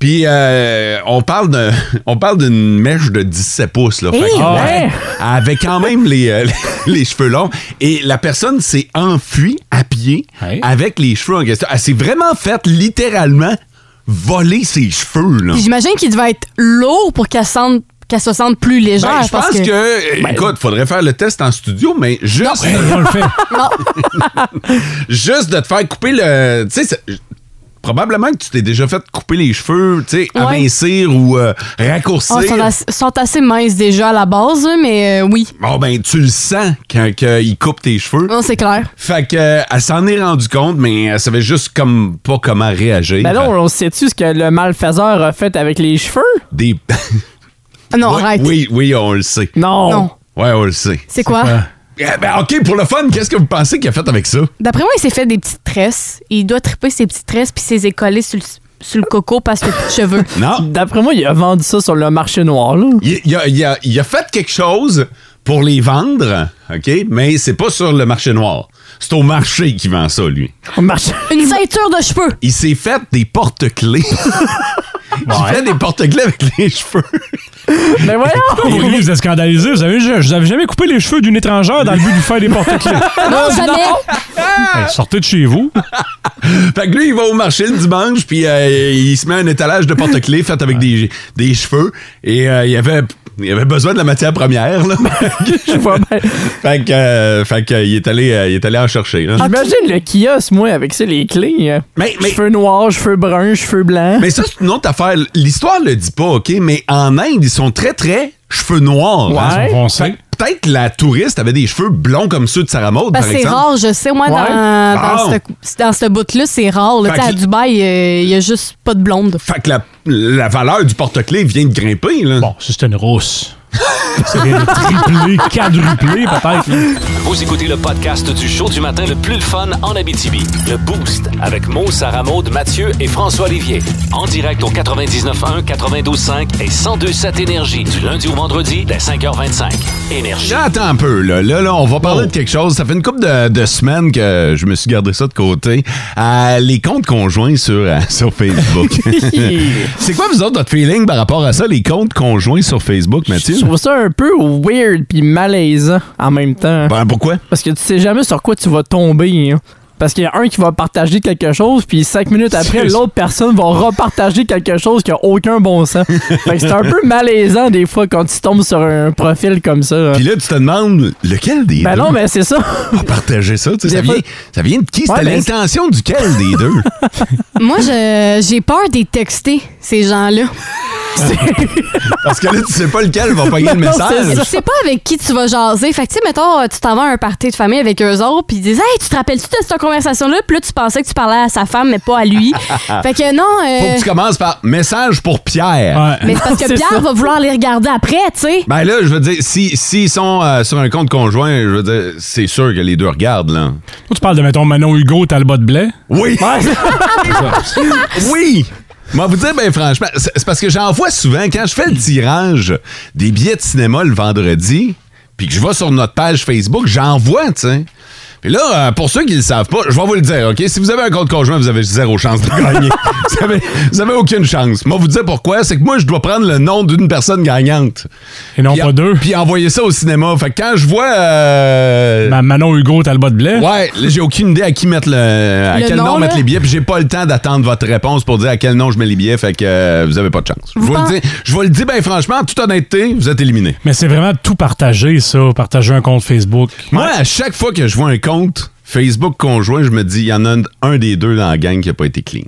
C: Puis euh, on parle d'un- on parle d'une mèche de 17 pouces là, Fait que,
E: Ah
C: ouais, elle avait quand même les, euh, les, les cheveux longs et la personne s'est enfuie à pied
E: Ouais.
C: avec les cheveux en question. Elle s'est vraiment faite littéralement voler ses cheveux là.
D: Puis j'imagine qu'il devait être lourd pour qu'elle sente- qu'elle se sente plus légère.
C: Ben, je
D: parce
C: pense que, euh, écoute, faudrait faire le test en studio, mais juste,
E: Hey, on le fait.
C: juste de te faire couper le, tu sais, c'est- probablement que tu t'es déjà fait couper les cheveux, tu sais,
D: Ouais.
C: amincir ou euh, raccourcir.
D: Oh, ils sont, as- sont assez minces déjà à la base, là, mais euh, oui.
C: Bon, ben, tu le sens quand que il coupe tes cheveux.
D: Non, c'est clair.
C: Fait que, euh, elle s'en est rendue compte, mais elle savait juste comme pas comment réagir.
F: Ben non, on sait-tu ce que le malfaiseur a fait avec les cheveux?
C: Des...
D: Ah Non,
C: Ouais,
D: arrête.
C: Oui, oui, on le sait.
F: Non.
D: Non.
C: Ouais, on le sait.
D: C'est quoi?
C: Eh Ben, OK, pour le fun, qu'est-ce que vous pensez qu'il a fait avec ça?
D: D'après moi, il s'est fait des petites tresses. Il doit triper ses petites tresses puis ses écoller sur le, sur le coco parce que plus de cheveux.
C: Non.
F: D'après moi, il a vendu ça sur le marché noir, là.
C: Il, il a, il a- il a fait quelque chose pour les vendre, OK? Mais c'est pas sur le marché noir. C'est au marché qui vend ça, lui.
F: Au marché.
D: Une ceinture de cheveux.
C: Il s'est fait des porte-clés. Il fait des porte-clés avec les cheveux.
E: Ben
F: Mais voyons!
E: Pour lui, vous êtes scandalisé. Vous avez, je- je vous avez jamais coupé les cheveux d'une étrangère dans le but de lui faire des porte-clés.
D: Non, jamais.
E: Hey, sortez de chez vous.
C: Fait que lui, il va au marché le dimanche, puis euh, il se met un étalage de porte-clés fait avec des, des cheveux. Et euh, il, avait, il avait besoin de la matière première, là.
F: Je vois bien.
C: fait que, euh, fait que, euh, il, est allé, euh, il est allé en chercher. là.
F: J'imagine le kiosque, moi, avec ça, les clés. hein.
C: Mais- mais-
F: Cheveux noirs, cheveux bruns, cheveux blancs.
C: Mais ça, c'est une autre affaire. L'histoire le dit pas, OK? Mais en Inde, ils sont très, très cheveux noirs. hein.
E: Ils sont foncés.
C: Fait que Peut-être la touriste avait des cheveux blonds comme ceux de Sarah Maud,
D: Parce
C: par
D: que Ben, c'est
C: exemple.
D: rare, je sais, moi, dans, dans
C: Bon.
D: ce- dans ce bout-là, c'est rare. Là,
C: Fait
D: Tu sais, à
C: que-
D: Dubaï, euh, il n'y a juste pas de blonde.
C: Fait que la, la valeur du porte-clés vient de grimper, là.
E: Bon, ça, c'est une rousse. C'est bien triplé, quadruplé, peut-être. là.
B: Vous écoutez le podcast du show du matin le plus le fun en Abitibi. Le Boost avec Mo, Sarah Maud, Mathieu et François Olivier. En direct au 99.1, 92.5 et 102.7 Énergie du lundi au vendredi dès 5h25. Énergie.
C: Là, attends un peu, là. Là, là, on va
E: Oh.
C: parler de quelque chose. Ça fait une couple de, de semaines que je me suis gardé ça de côté. Euh, les comptes conjoints sur, euh, sur Facebook. c'est quoi, vous autres, votre feeling par rapport à ça, les comptes conjoints sur Facebook, Mathieu?
F: Je trouve ça un peu weird puis malaisant en même temps.
C: Ben, pourquoi?
F: Parce que tu sais jamais sur quoi tu vas tomber. hein. Parce qu'il y a un qui va partager quelque chose, puis cinq minutes après,
E: C'est-
F: l'autre personne va repartager quelque chose qui a aucun bon sens. fait que c'est un peu malaisant des fois quand tu tombes sur un profil comme ça. hein.
C: Puis là, tu te demandes lequel des
F: Ben
C: deux
F: non, mais c'est ça.
C: a partagé ça? Tu sais,
F: Des
C: ça,
F: fois-
C: vient, ça vient de qui? C'était
F: Ouais, mais-
C: l'intention duquel des deux?
D: Moi, je- j'ai peur des texter, ces gens-là.
C: Parce que là, tu sais pas lequel va pogner le
F: Non, c'est
C: message.
D: Tu sais pas avec qui tu vas jaser. Fait que, tu sais, mettons, euh, tu t'en vas à un party de famille avec eux autres, puis ils disent Hey, tu te rappelles-tu de cette conversation-là Puis là, tu pensais que tu parlais à sa femme, mais pas à lui. fait que non. euh,
C: Faut que tu commences par message pour Pierre.
E: Ouais.
D: Mais c'est parce que
F: C'est
D: Pierre
F: ça.
D: va vouloir les regarder après, tu sais.
C: Ben là, je veux dire, si- s'ils sont euh, sur un compte conjoint, je veux dire, c'est sûr que les deux regardent, là.
E: Toi, tu parles de, mettons, Manon Hugo, Talbot de Blais.
C: Oui! oui! Moi, vous dire, ben franchement, c'est c'est parce que j'en vois souvent, quand je fais le tirage des billets de cinéma le vendredi, puis que je vais sur notre page Facebook, j'en vois, tu sais. Puis là, euh, pour ceux qui le savent pas, je vais vous le dire, OK? Si vous avez un compte conjoint, vous avez zéro chance de gagner. vous, avez, vous avez aucune chance. Moi, vous dire pourquoi, c'est que moi, je dois prendre le nom d'une personne gagnante.
E: Et non
C: Puis
E: pas
C: en-
E: deux.
C: Puis envoyer ça au cinéma. Fait que quand je vois... euh,
E: Ma- Manon Hugo, Talbot de Blais.
C: Ouais, là, j'ai aucune idée à qui mettre le. à
D: Le
C: quel nom,
D: nom, là.
C: mettre les billets, puis j'ai pas le temps d'attendre votre réponse pour dire à quel nom je mets les billets, fait que euh, vous avez pas de chance. Je
D: Vous
C: vais
D: pense-
C: le dire, je vais le dire, ben franchement, en toute honnêteté, vous êtes éliminé.
E: Mais c'est vraiment tout partager, ça. Partager un compte Facebook.
C: Moi, à chaque fois que je vois un compte Facebook conjoint, je me dis, il y en a un, un des deux dans la gang qui a pas été clean.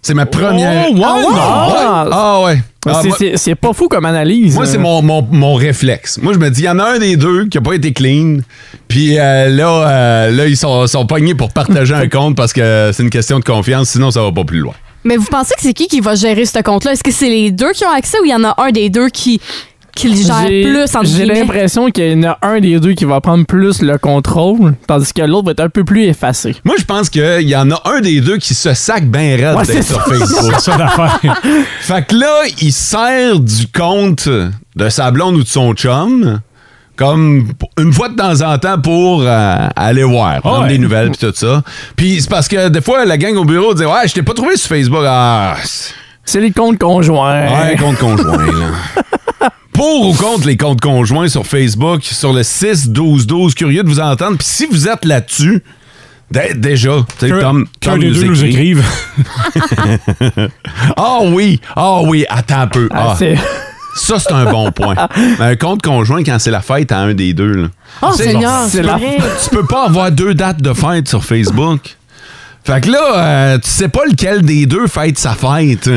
C: C'est ma première.
E: Oh, ouais,
C: Ah
E: non.
C: ouais? Ah ouais. Ah,
F: C'est-
C: moi-
F: c'est- c'est pas fou comme analyse.
C: Moi, c'est
F: hein.
C: mon, mon, mon réflexe. Moi, je me dis, il y en a un des deux qui n'a pas été clean. Puis euh, là, euh, là, ils sont, sont pognés pour partager un compte parce que c'est une question de confiance, sinon ça va pas plus loin.
D: Mais vous pensez que c'est qui qui va gérer ce compte-là Est-ce que c'est les deux qui ont accès ou il y en a un des deux qui, qui le gère
F: J'ai-
D: plus, entre
F: J'ai
D: guillemets?
F: l'impression qu'il y en a un des deux qui va prendre plus le contrôle, tandis que l'autre va être un peu plus effacé.
C: Moi, je pense qu'il y en a un des deux qui se sac bien
E: Ah, ben,
C: raide
F: Ouais, c'est
C: d'être sur
F: ça.
C: Facebook.
E: C'est ça l'affaire.
C: fait que là, il sert du compte de sa blonde ou de son chum comme p- une fois de temps en temps pour euh, aller voir, prendre
E: ouais.
C: des nouvelles puis tout ça. Puis c'est parce que des fois, la gang au bureau dit « Ouais, je t'ai pas trouvé sur Facebook. » Ah, c'est-
F: C'est les comptes conjoints.
C: Ouais, compte conjoint, là. Pour ou contre les comptes conjoints sur Facebook, sur le 6-12-12, curieux de vous entendre. Puis si vous êtes là-dessus, dé- déjà, tu sais,
E: Que-
C: Tom,
E: Qu'un
C: Tom
E: des deux nous écrive.
C: Ah oui, ah oui, attends un peu.
F: Ah,
C: Ah,
F: c'est-
C: ça, c'est un bon point. Mais un compte conjoint, quand c'est la fête à un des deux, là.
D: Oh,
C: C'est-
D: Seigneur!
F: c'est la
C: tu peux pas avoir deux dates de fête sur Facebook. Fait que là, euh, tu sais pas lequel des deux fête sa fête.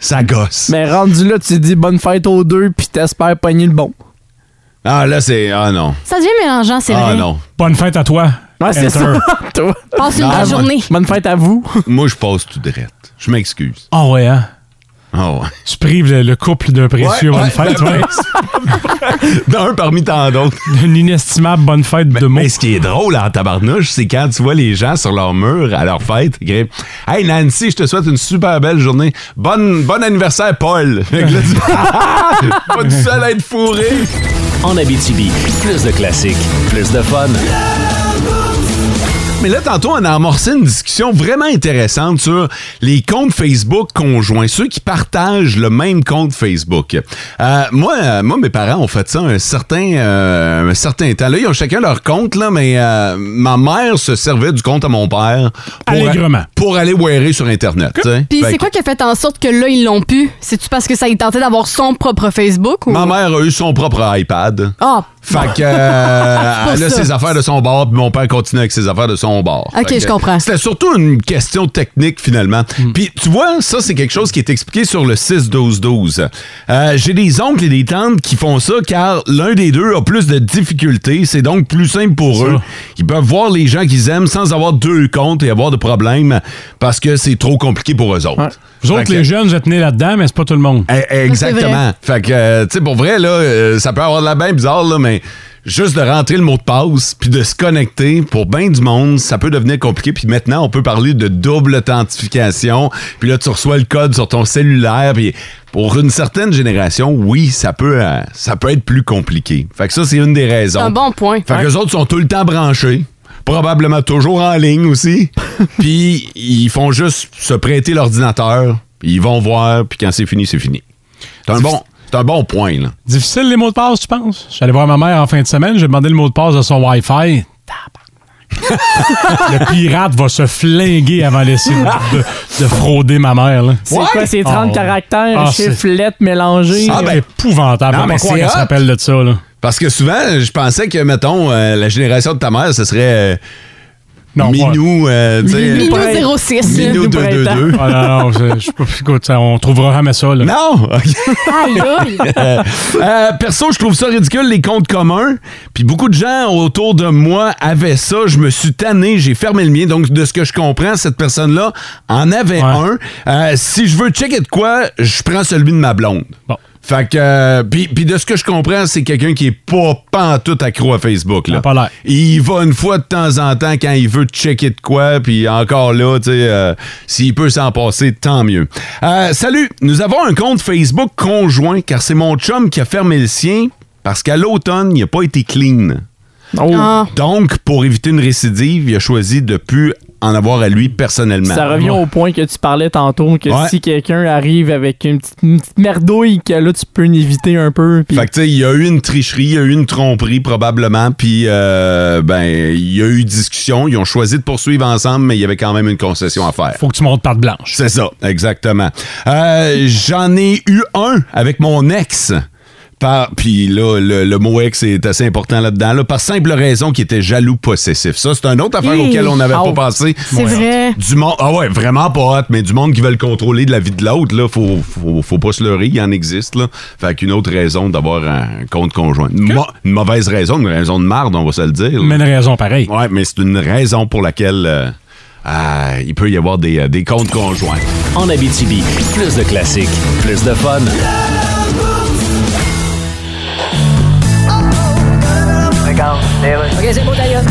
C: Ça gosse.
F: Mais rendu là, tu dis bonne fête aux deux, puis t'espères pogner le bon.
C: Ah là, c'est... Ah non.
D: Ça devient mélangeant, c'est
C: Ah
D: vrai.
C: non.
E: Bonne fête à toi.
F: Hein? Ouais, c'est ça.
E: Enter.
F: Toi.
D: Passe une bonne journée.
F: Bonne fête à vous.
C: Moi, je passe tout direct. Je m'excuse.
E: Ah ouais, hein?
C: Ah ouais.
E: Tu prives le, le couple d'un précieux
C: Ouais,
E: bonne
C: ouais,
E: fête,
C: ben,
E: ouais.
C: D'un parmi tant d'autres.
E: D'une inestimable bonne fête de mots.
C: Ben, Mais ce qui est drôle en tabarnouche, c'est quand tu vois les gens sur leur mur à leur fête. écrire Hey Nancy, je te souhaite une super belle journée. Bonne, bon anniversaire, Paul. Fait que là, tu- pas tout seul à être fourré.
B: En Abitibi, plus de classiques, plus de fun.
C: mais là, tantôt, on a amorcé une discussion vraiment intéressante sur les comptes Facebook conjoints, ceux qui partagent le même compte Facebook. Euh, moi, euh, moi, mes parents ont fait ça un certain, euh, un certain temps. Là, ils ont chacun leur compte, là, mais euh, ma mère se servait du compte à mon père.
E: Allègrement.
C: Pour aller wearer sur Internet. tu sais.
D: Puis
C: Fait
D: c'est
C: que
D: quoi qui a fait en sorte que là, ils l'ont pu? C'est-tu parce que ça lui tentait d'avoir son propre Facebook? Ou...
C: Ma mère a eu son propre iPad.
D: Ah!
C: Fait que
D: C'est
C: euh,
D: pour
C: elle a
D: ça.
C: ses affaires de son bord, puis mon père continue avec ses affaires de son bord.
D: Ok,
C: Fait que
D: je comprends.
C: C'était surtout une question technique finalement. Puis tu vois, ça c'est quelque chose qui est expliqué sur le 6-12-12. Euh, J'ai des oncles et des tantes qui font ça car l'un des deux a plus de difficultés. C'est donc plus simple pour eux. Ils peuvent voir les gens qu'ils aiment sans avoir deux comptes et avoir de problèmes parce que c'est trop compliqué pour eux autres.
E: Vous
C: Fait
E: autres,
C: que-
E: les jeunes, vous êtes nés là-dedans, mais c'est pas tout le monde.
C: eh, Exactement. Fait que, euh, tu sais, pour vrai, là, euh, ça peut avoir de la bien bizarre, là, mais juste de rentrer le mot de passe puis de se connecter pour bien du monde, ça peut devenir compliqué. Puis maintenant, on peut parler de double authentification. Puis là, tu reçois le code sur ton cellulaire. Puis pour une certaine génération, oui, ça peut, euh, ça peut être plus compliqué. Fait que ça, c'est une des
D: C'est
C: raisons.
D: un bon point.
C: Fait que les autres sont tout le temps branchés, probablement toujours en ligne aussi. puis ils font juste se prêter l'ordinateur, puis ils vont voir, puis quand c'est fini, c'est fini. C'est un bon, c'est un bon point là.
E: Difficile les mots de passe, tu penses? J'allais voir ma mère en fin de semaine, j'ai demandé le mot de passe de son Wi-Fi. Tabarnak. le pirate va se flinguer avant d'essayer de, de frauder ma mère. Là.
F: C'est quoi, c'est 30
E: Ah, ouais.
F: caractères,
E: Ah, c'est-
F: chiffres, lettres mélangées?
E: Ah,
C: Ah, ben,
E: épouvantable.
C: non,
E: Non,
C: mais
E: mais quoi
C: c'est
E: qu'elle
C: hot.
E: se rappelle de ça? Là.
C: Parce que souvent, je pensais que mettons euh, la génération de ta mère, ce serait euh,
E: Non,
C: Minou, euh, tu sais,
D: Minou
C: euh,
D: 06.
C: Minou
F: Minou
C: 222.
E: Ah, non, non, je- je sais pas, écoute, ça, on trouvera jamais ça. Là.
C: Non! ok.
D: Aïe, aïe.
C: Euh, euh, perso, je trouve ça ridicule, les comptes communs. Puis beaucoup de gens autour de moi avaient ça. Je me suis tanné, j'ai fermé le mien. Donc, de ce que je comprends, cette personne-là en avait un.
E: Ouais.
C: Euh, si je veux checker de quoi, je prends celui de ma blonde.
E: Bon.
C: Fait que, euh, puis, puis de ce que je comprends, c'est quelqu'un qui est pas pantoute accro à Facebook. Là.
E: Ah, pas l'air.
C: Il va une fois de temps en temps quand il veut checker de quoi, puis encore là, tu sais, euh, s'il peut s'en passer, tant mieux. Euh, salut, nous avons un compte Facebook conjoint, car c'est mon chum qui a fermé le sien, parce qu'à l'automne, il n'a pas été clean.
F: Oh.
D: Ah.
C: Donc, pour éviter une récidive, il a choisi de plus en avoir à lui personnellement.
F: Ça revient au point que tu parlais tantôt, que
C: Ouais.
F: si quelqu'un arrive avec une petite, une petite merdouille, que là, tu peux l'éviter un peu. puis-
C: Fait que, tu sais, il y a eu une tricherie, il y a eu une tromperie probablement, puis euh, ben il y a eu discussion, ils ont choisi de poursuivre ensemble, mais il y avait quand même une concession à faire.
E: Faut que tu montes par de blanche.
C: C'est ça, exactement. Euh, J'en ai eu un avec mon ex. Par, puis là, le, le mot ex est assez important là-dedans, là, par simple raison qu'il était jaloux possessif. Ça, c'est une autre affaire
D: Hi.
C: auquel on n'avait
E: oh,
F: Ah,
C: pas pensé.
D: C'est vrai.
C: Du monde, ah ouais, vraiment pas hot, mais du monde qui veut le contrôler de la vie de l'autre, là, faut, faut, faut pas se leurrer, il en existe, là. Fait qu'une autre raison d'avoir un compte conjoint. Une, mo- une mauvaise raison, une raison de marde, on va se le dire. là.
E: Mais une raison pareille.
C: Ouais, mais c'est une raison pour laquelle euh, ah, il peut y avoir des, euh, des comptes conjoints.
B: En Abitibi, plus de classiques, plus de fun.
H: OK, c'est bon, d'ailleurs.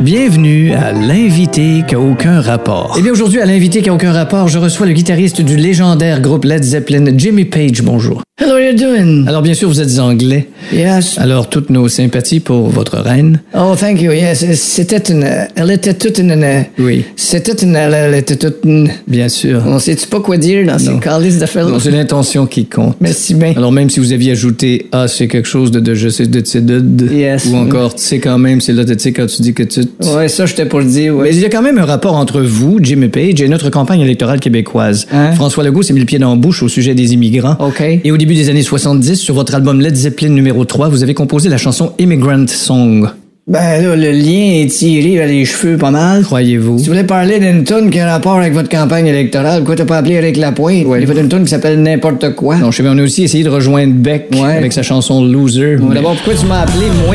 J: Bienvenue à l'invité qui a aucun rapport.
H: Eh bien, aujourd'hui, à l'invité qui a aucun rapport, je reçois le guitariste du légendaire groupe Led Zeppelin, Jimmy Page. Bonjour. Hello, you're doing? Alors, bien sûr, vous êtes anglais. Yes. Alors, toutes nos sympathies pour votre reine. Oh, thank you. Yes. C'était une. Elle était toute une. Oui. C'était une. Elle était toute une. Bien sûr. On sait-tu pas quoi dire dans ces calices d'affaires-là?
J: Non, c'est l'intention qui compte.
H: Merci bien.
J: Alors même si vous aviez ajouté ah c'est quelque chose de de je sais de tu de, de
H: Yes.
J: ou encore tu sais quand même c'est là tu sais quand tu dis que tu
H: Ouais, ça, j'étais pour le dire, ouais.
J: Mais il y a quand même un rapport entre vous, Jimmy Page, et notre campagne électorale québécoise.
H: Hein?
J: François Legault s'est mis le pied dans la bouche au sujet des immigrants.
H: OK.
J: Et au début des années 70, sur votre album Led Zeppelin numéro 3, vous avez composé la chanson Immigrant Song.
H: Ben là, le lien est tiré vers les cheveux pas mal.
J: Croyez-vous?
H: Si vous voulez parler d'une tune qui a rapport avec votre campagne électorale, pourquoi t'as pas appelé Eric Lapointe? Il fait une tune qui s'appelle N'importe quoi.
J: Non, je sais, mais on a aussi essayé de rejoindre Beck
H: Ouais.
J: avec sa chanson Loser.
H: Bon,
J: mais-
H: D'abord, pourquoi tu m'as appelé, moi?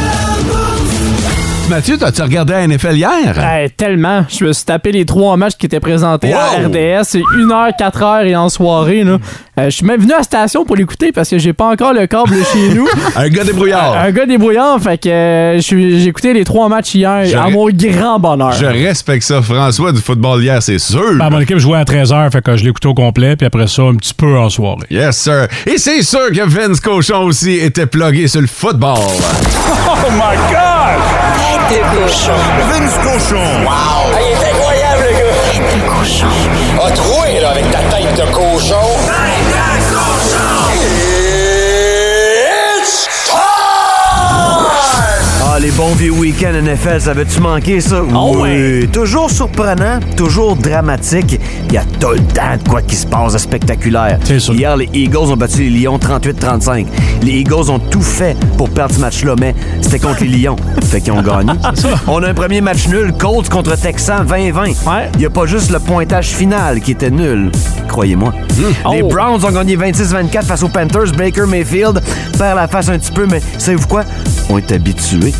C: Mathieu, t'as-tu regardé la NFL hier?
F: Ben, tellement. Je me suis tapé les trois matchs qui étaient présentés à
C: Wow!
F: RDS. C'est une heure, quatre heures et en soirée. Là. Euh, je suis même venu à la station pour l'écouter parce que j'ai pas encore le câble chez nous.
C: Un gars débrouillard.
F: Un gars débrouillant, fait que euh, je suis- j'ai écouté les trois matchs hier
C: Je-
F: à mon grand bonheur.
C: Je respecte ça, François, du football hier, c'est sûr.
E: Ben, mon équipe jouait à 13h, fait que je l'écoutais au complet, puis après ça, un petit peu en soirée.
C: Yes, sir. Et c'est sûr que Vince Cochon aussi était plugué sur le football.
I: Oh my god! Tête de cochon. Vince cochon. Wow! il est incroyable, le gars! Tête de cochon. A troué, là, avec ta tête de cochon. Tête de cochon! It's
K: Ah, les bons vieux week-ends NFL, ça avait-tu manqué, ça? oui! Toujours surprenant, toujours dramatique. Il y a tout le temps de quoi qui se passe de spectaculaire. Hier, les Eagles ont battu les Lions 38-35. Les Eagles ont tout fait pour perdre ce match-là, mais c'était contre les Lions. Fait qu'ils ont gagné. On a un premier match nul, Colts contre Texans 20-20. Il n'y a pas juste le pointage final qui était nul, croyez-moi. Les Browns ont gagné 26-24 face aux Panthers. Baker Mayfield perd la face un petit peu, mais savez-vous quoi? On est habitué.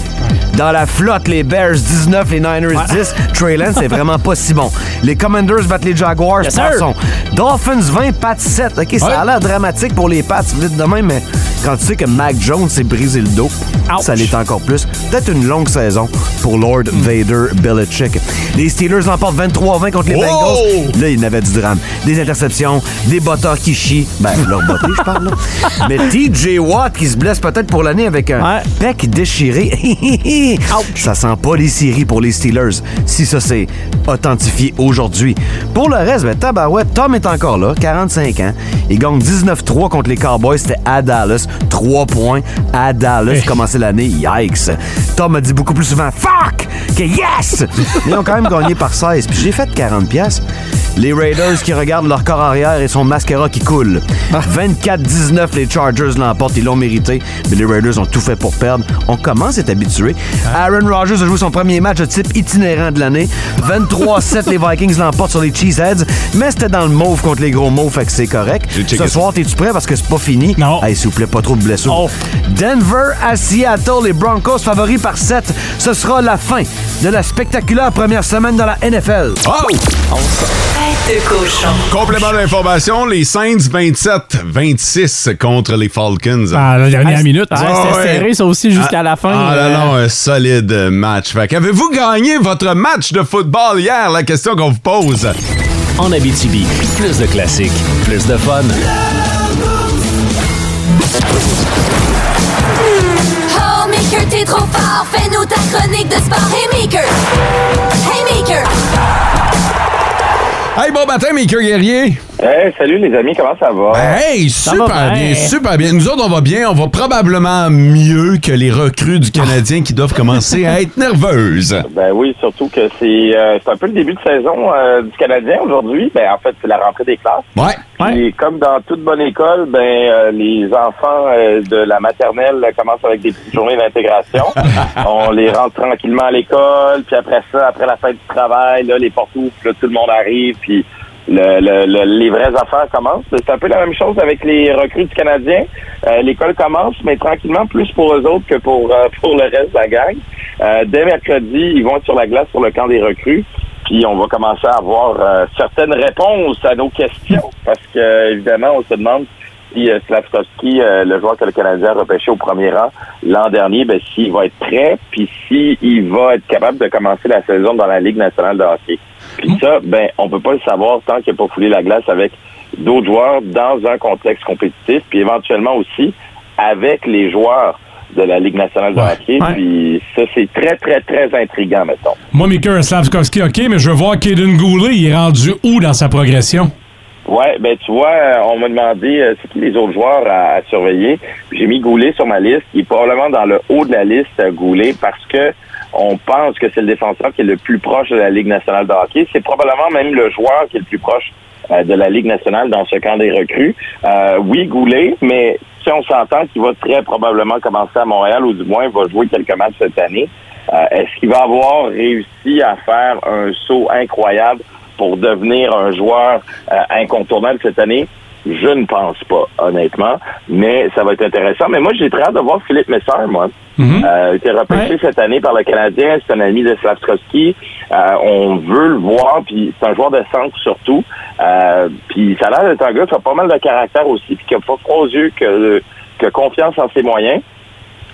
K: Dans la flotte, les Bears 19, les Niners 10. Trey Lance, c'est vraiment pas si bon. Les Commanders battent les Jaguars.
F: Yes, sir.
K: passons. Dolphins 20, Pats 7. OK, ça a l'air dramatique pour les Pats vite de même, mais quand tu sais que Mac Jones s'est brisé le dos, ça l'est encore plus. Peut-être une longue saison pour Lord
F: Hmm.
K: Vader Belichick. Les Steelers l'emportent 23-20 contre les Bengals. Là, il y en avait du drame. Des interceptions, des botteurs qui chient. Ben, leur botté, je parle, là. Mais TJ Watt qui se blesse peut-être pour l'année avec un pec déchiré. ça sent pas les séries pour les Steelers, si ça c'est authentifié aujourd'hui. Pour le reste, ben, tabarouette, Tom est encore là, 45 ans. Il gagne 19-3 contre les Cowboys, c'était à Dallas. 3 points à Dallas, commencer l'année, yikes. Tom a dit beaucoup plus souvent « Fuck! » que « Yes! » Mais ils ont quand même gagné par 16, puis j'ai fait 40 pièces. Les Raiders qui regardent leur corps arrière et son mascara qui coule. 24-19, les Chargers l'emportent, ils l'ont mérité, mais les Raiders ont tout fait pour perdre. On commence à être habitué. Aaron Rodgers a joué son premier match de type itinérant de l'année. 23-7, les Vikings l'emportent sur les Cheeseheads, mais c'était dans le mauve contre les gros mauves, fait que c'est correct. Ce soir, t'es-tu prêt parce que c'est pas fini? Non. Hey, s'il vous plaît, pas trop de blessures. Denver à Seattle, les Broncos favoris par 7. Ce sera la fin de la spectaculaire première semaine dans la NFL.
C: Oh!
I: Tête de cochon.
C: Complément d'information, les Saints 27-26 contre les Falcons.
E: Ah, la dernière Ah, minute.
F: c'était
C: Ah, ouais.
F: serré, ça aussi, jusqu'à
C: Ah,
F: la fin.
C: Ah
F: Euh,
C: non, non, un solide match. Fait qu'avez-vous gagné votre match de football hier? La question qu'on vous pose.
B: En Abitibi, plus de classiques, plus de fun.
I: Oh, Maker, t'es trop fort. Fais-nous ta chronique de sport. Hey, Maker! Hey, Maker!
C: Hey, bon matin, mes cœurs guerriers!
L: Hey, salut les amis, comment ça va?
C: Ben, hey, super bien, super bien. Nous autres, on va bien. On va probablement mieux que les recrues du Canadien qui doivent commencer à être nerveuses.
L: Ben oui, surtout que c'est euh, c'est un peu le début de saison euh, du Canadien aujourd'hui. Ben en fait, c'est la rentrée des classes.
C: Ouais.
L: Et comme dans toute bonne école, ben euh, les enfants euh, de la maternelle euh, commencent avec des petites journées d'intégration. On les rentre tranquillement à l'école, puis après ça, après la fête du travail, là, les portes ouvrent, puis là, tout le monde arrive, puis le- le- le- les vraies affaires commencent. C'est un peu la même chose avec les recrues du Canadien. Euh, L'école commence, mais tranquillement, plus pour eux autres que pour, euh, pour le reste de la gang. Euh, dès mercredi, ils vont être sur la glace pour le camp des recrues. Puis on va commencer à avoir euh, certaines réponses à nos questions. Parce que, euh, évidemment, on se demande si euh, Slavkovski, euh, le joueur que le Canadien a repêché au premier rang l'an dernier, ben, s'il va être prêt, puis s'il va être capable de commencer la saison dans la Ligue nationale de hockey. Puis ça, ben, on peut pas le savoir tant qu'il n'a pas foulé la glace avec d'autres joueurs dans un contexte compétitif, puis éventuellement aussi avec les joueurs de la Ligue nationale de hockey. Puis ça, c'est très, très, très intriguant, mettons.
E: Moi, Mika Slavkovski, OK, mais je veux voir Kaden Goulet, il est rendu où dans sa progression?
L: Ouais, ben tu vois, euh, on m'a demandé euh, c'est qui les autres joueurs à, à surveiller. J'ai mis Goulet sur ma liste. Il est probablement dans le haut de la liste euh, Goulet parce que on pense que c'est le défenseur qui est le plus proche de la Ligue nationale de hockey. C'est probablement même le joueur qui est le plus proche euh, de la Ligue nationale dans ce camp des recrues. Euh, oui, Goulet, mais si on s'entend qu'il va très probablement commencer à Montréal ou du moins il va jouer quelques matchs cette année, euh, est-ce qu'il va avoir réussi à faire un saut incroyable pour devenir un joueur euh, incontournable cette année? Je ne pense pas, honnêtement, mais ça va être intéressant. Mais moi, j'ai très hâte de voir Philippe Messer, moi.
I: Mm-hmm. Hmm?
L: Euh, qui est repêché cette année par le Canadien. C'est un ami de Slavkovski. Euh, on veut le voir, puis c'est un joueur de centre surtout. Euh, puis ça a l'air d'être un gars qui a pas mal de caractère aussi, puis qui a pas trop aux yeux que, que confiance en ses moyens.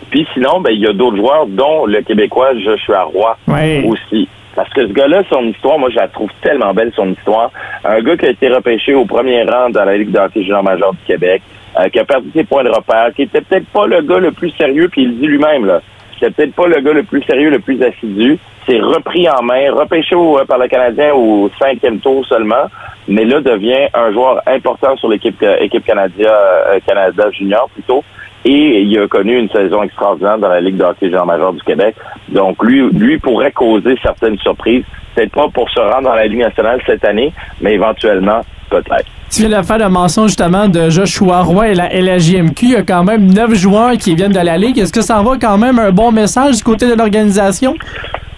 L: Puis sinon, ben il y a d'autres joueurs, dont le Québécois Joshua Roy aussi. Parce que ce gars-là, son histoire, moi, je la trouve tellement belle, son histoire. Un gars qui a été repêché au premier rang dans la Ligue d'hockey junior major du Québec, euh, qui a perdu ses points de repère, qui était peut-être pas le gars le plus sérieux, puis il le dit lui-même, là. C'était peut-être pas le gars le plus sérieux, le plus assidu. C'est repris en main, repêché au- euh, par le Canadien au cinquième tour seulement, mais là devient un joueur important sur l'équipe euh, équipe Canada, euh, Canada junior plutôt. Et il a connu une saison extraordinaire dans la Ligue de hockey junior major du Québec. Donc lui, lui pourrait causer certaines surprises. Peut-être pas pour se rendre dans la Ligue nationale cette année, mais éventuellement, peut-être.
F: Tu viens de faire la mention justement de Joshua Roy et la, et la JMQ. Il y a quand même neuf joueurs qui viennent de la Ligue. Est-ce que ça envoie quand même un bon message du côté de l'organisation?